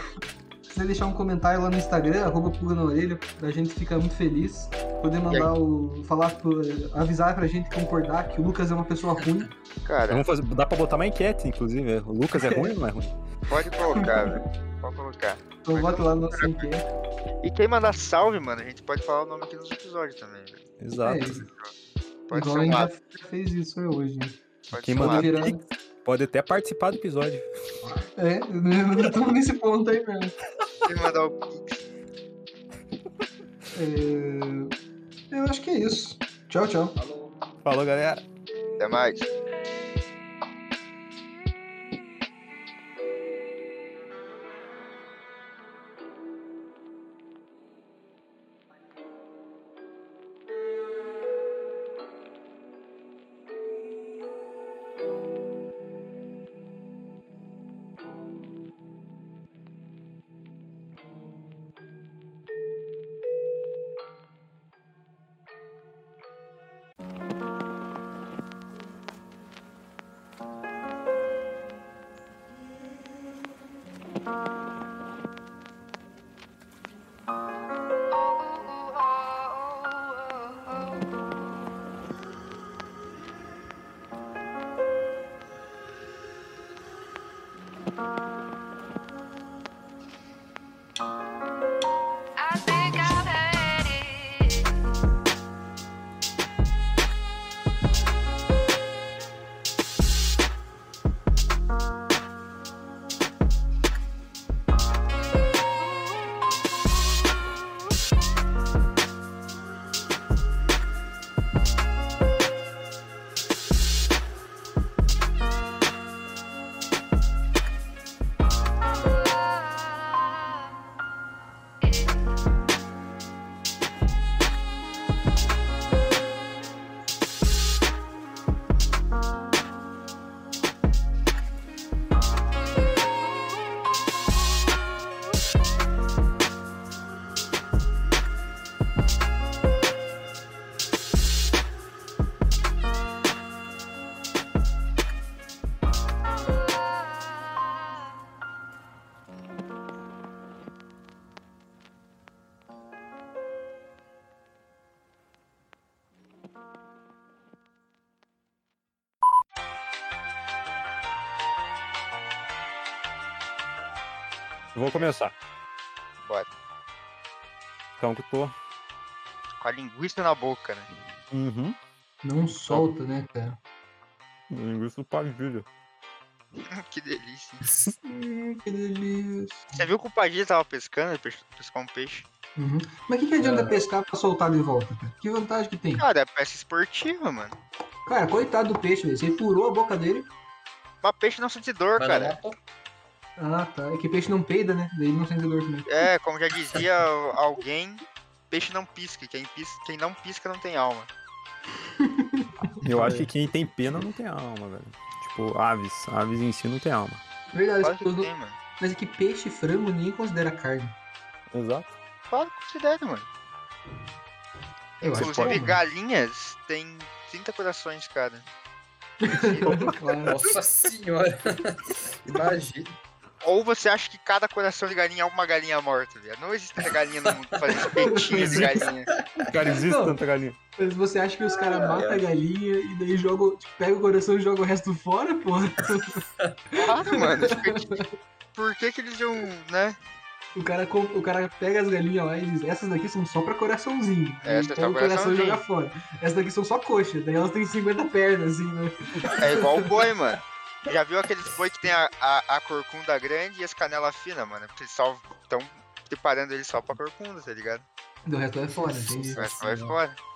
Se quiser deixar um comentário lá no Instagram, arroba pulga na orelha, a gente fica muito feliz. Poder mandar o. falar, pro- avisar pra gente concordar que o Lucas é uma pessoa ruim. Cara, Vamos fazer, dá pra botar uma enquete, inclusive. O Lucas é ruim ou não é ruim? pode colocar, velho. Pode colocar. Então vote lá no nosso enquete. E quem mandar salve, mano, a gente pode falar o nome aqui nos episódios também, né? velho. É, Exato. Pode igual a ser um gente já lado. já fez isso aí hoje. né? Pode Quem ser um mandar lado. virar- pix pode até participar do episódio. É, não estamos nesse ponto aí mesmo. Quem mandar o Pix. É, Eu acho que é isso. Tchau, tchau. Falou, galera. Até mais. oh, oh, oh, oh. I think I've had it. Vou começar. Bora. Calma que eu tô. Com a linguiça na boca, né? Uhum. Não solta, né, cara? Linguiça do Padilha. que delícia. Hum, que delícia. Você viu que o Padilha tava pescando, ele pes- pescou um peixe? Uhum. Mas o que, que É. adianta pescar pra soltar de volta, cara? Que vantagem que tem? Cara, é peça esportiva, mano. Cara, coitado do peixe, velho. Você furou a boca dele. Mas peixe não sente dor, Mas cara. não matou. Ah, tá. É que peixe não peida, né? Daí ele não sente dor também. É, como já dizia alguém, peixe não pisca. Quem, pisca, quem não pisca não tem alma. É. Eu acho que quem tem pena não tem alma, velho. Tipo, aves. Aves em si não tem alma. Verdade, as Quase pessoas que não- tem, mano. mas é que peixe e frango ninguém considera carne. Exato. Claro que considera, mano. Eu acho que Inclusive, é, galinhas tem 30 corações cada. mano. Claro. Nossa senhora. Imagina. Ou você acha que cada coração de galinha é uma galinha morta, velho? Não existe tanta galinha no mundo pra fazer espetinho de galinha. Cara, existe É, Não. tanta galinha. Mas você acha que os caras matam a galinha e daí jogam, tipo, pega o coração e joga o resto fora, pô? Claro, mano. espetinho. Por que que eles iam, né? O cara, com- o cara pega as galinhas lá e diz, essas daqui são só pra coraçãozinho. E Essas pega são o coração e coraçãozinho. joga fora. Essas daqui são só coxa, daí elas têm 50 pernas, assim, né? É igual o boi, mano. Já viu aqueles boi que tem a, a, a corcunda grande e as canelas finas, mano? Porque eles só estão preparando ele só pra corcunda, tá ligado? Do resto é fora, Mas entendi. vai fora.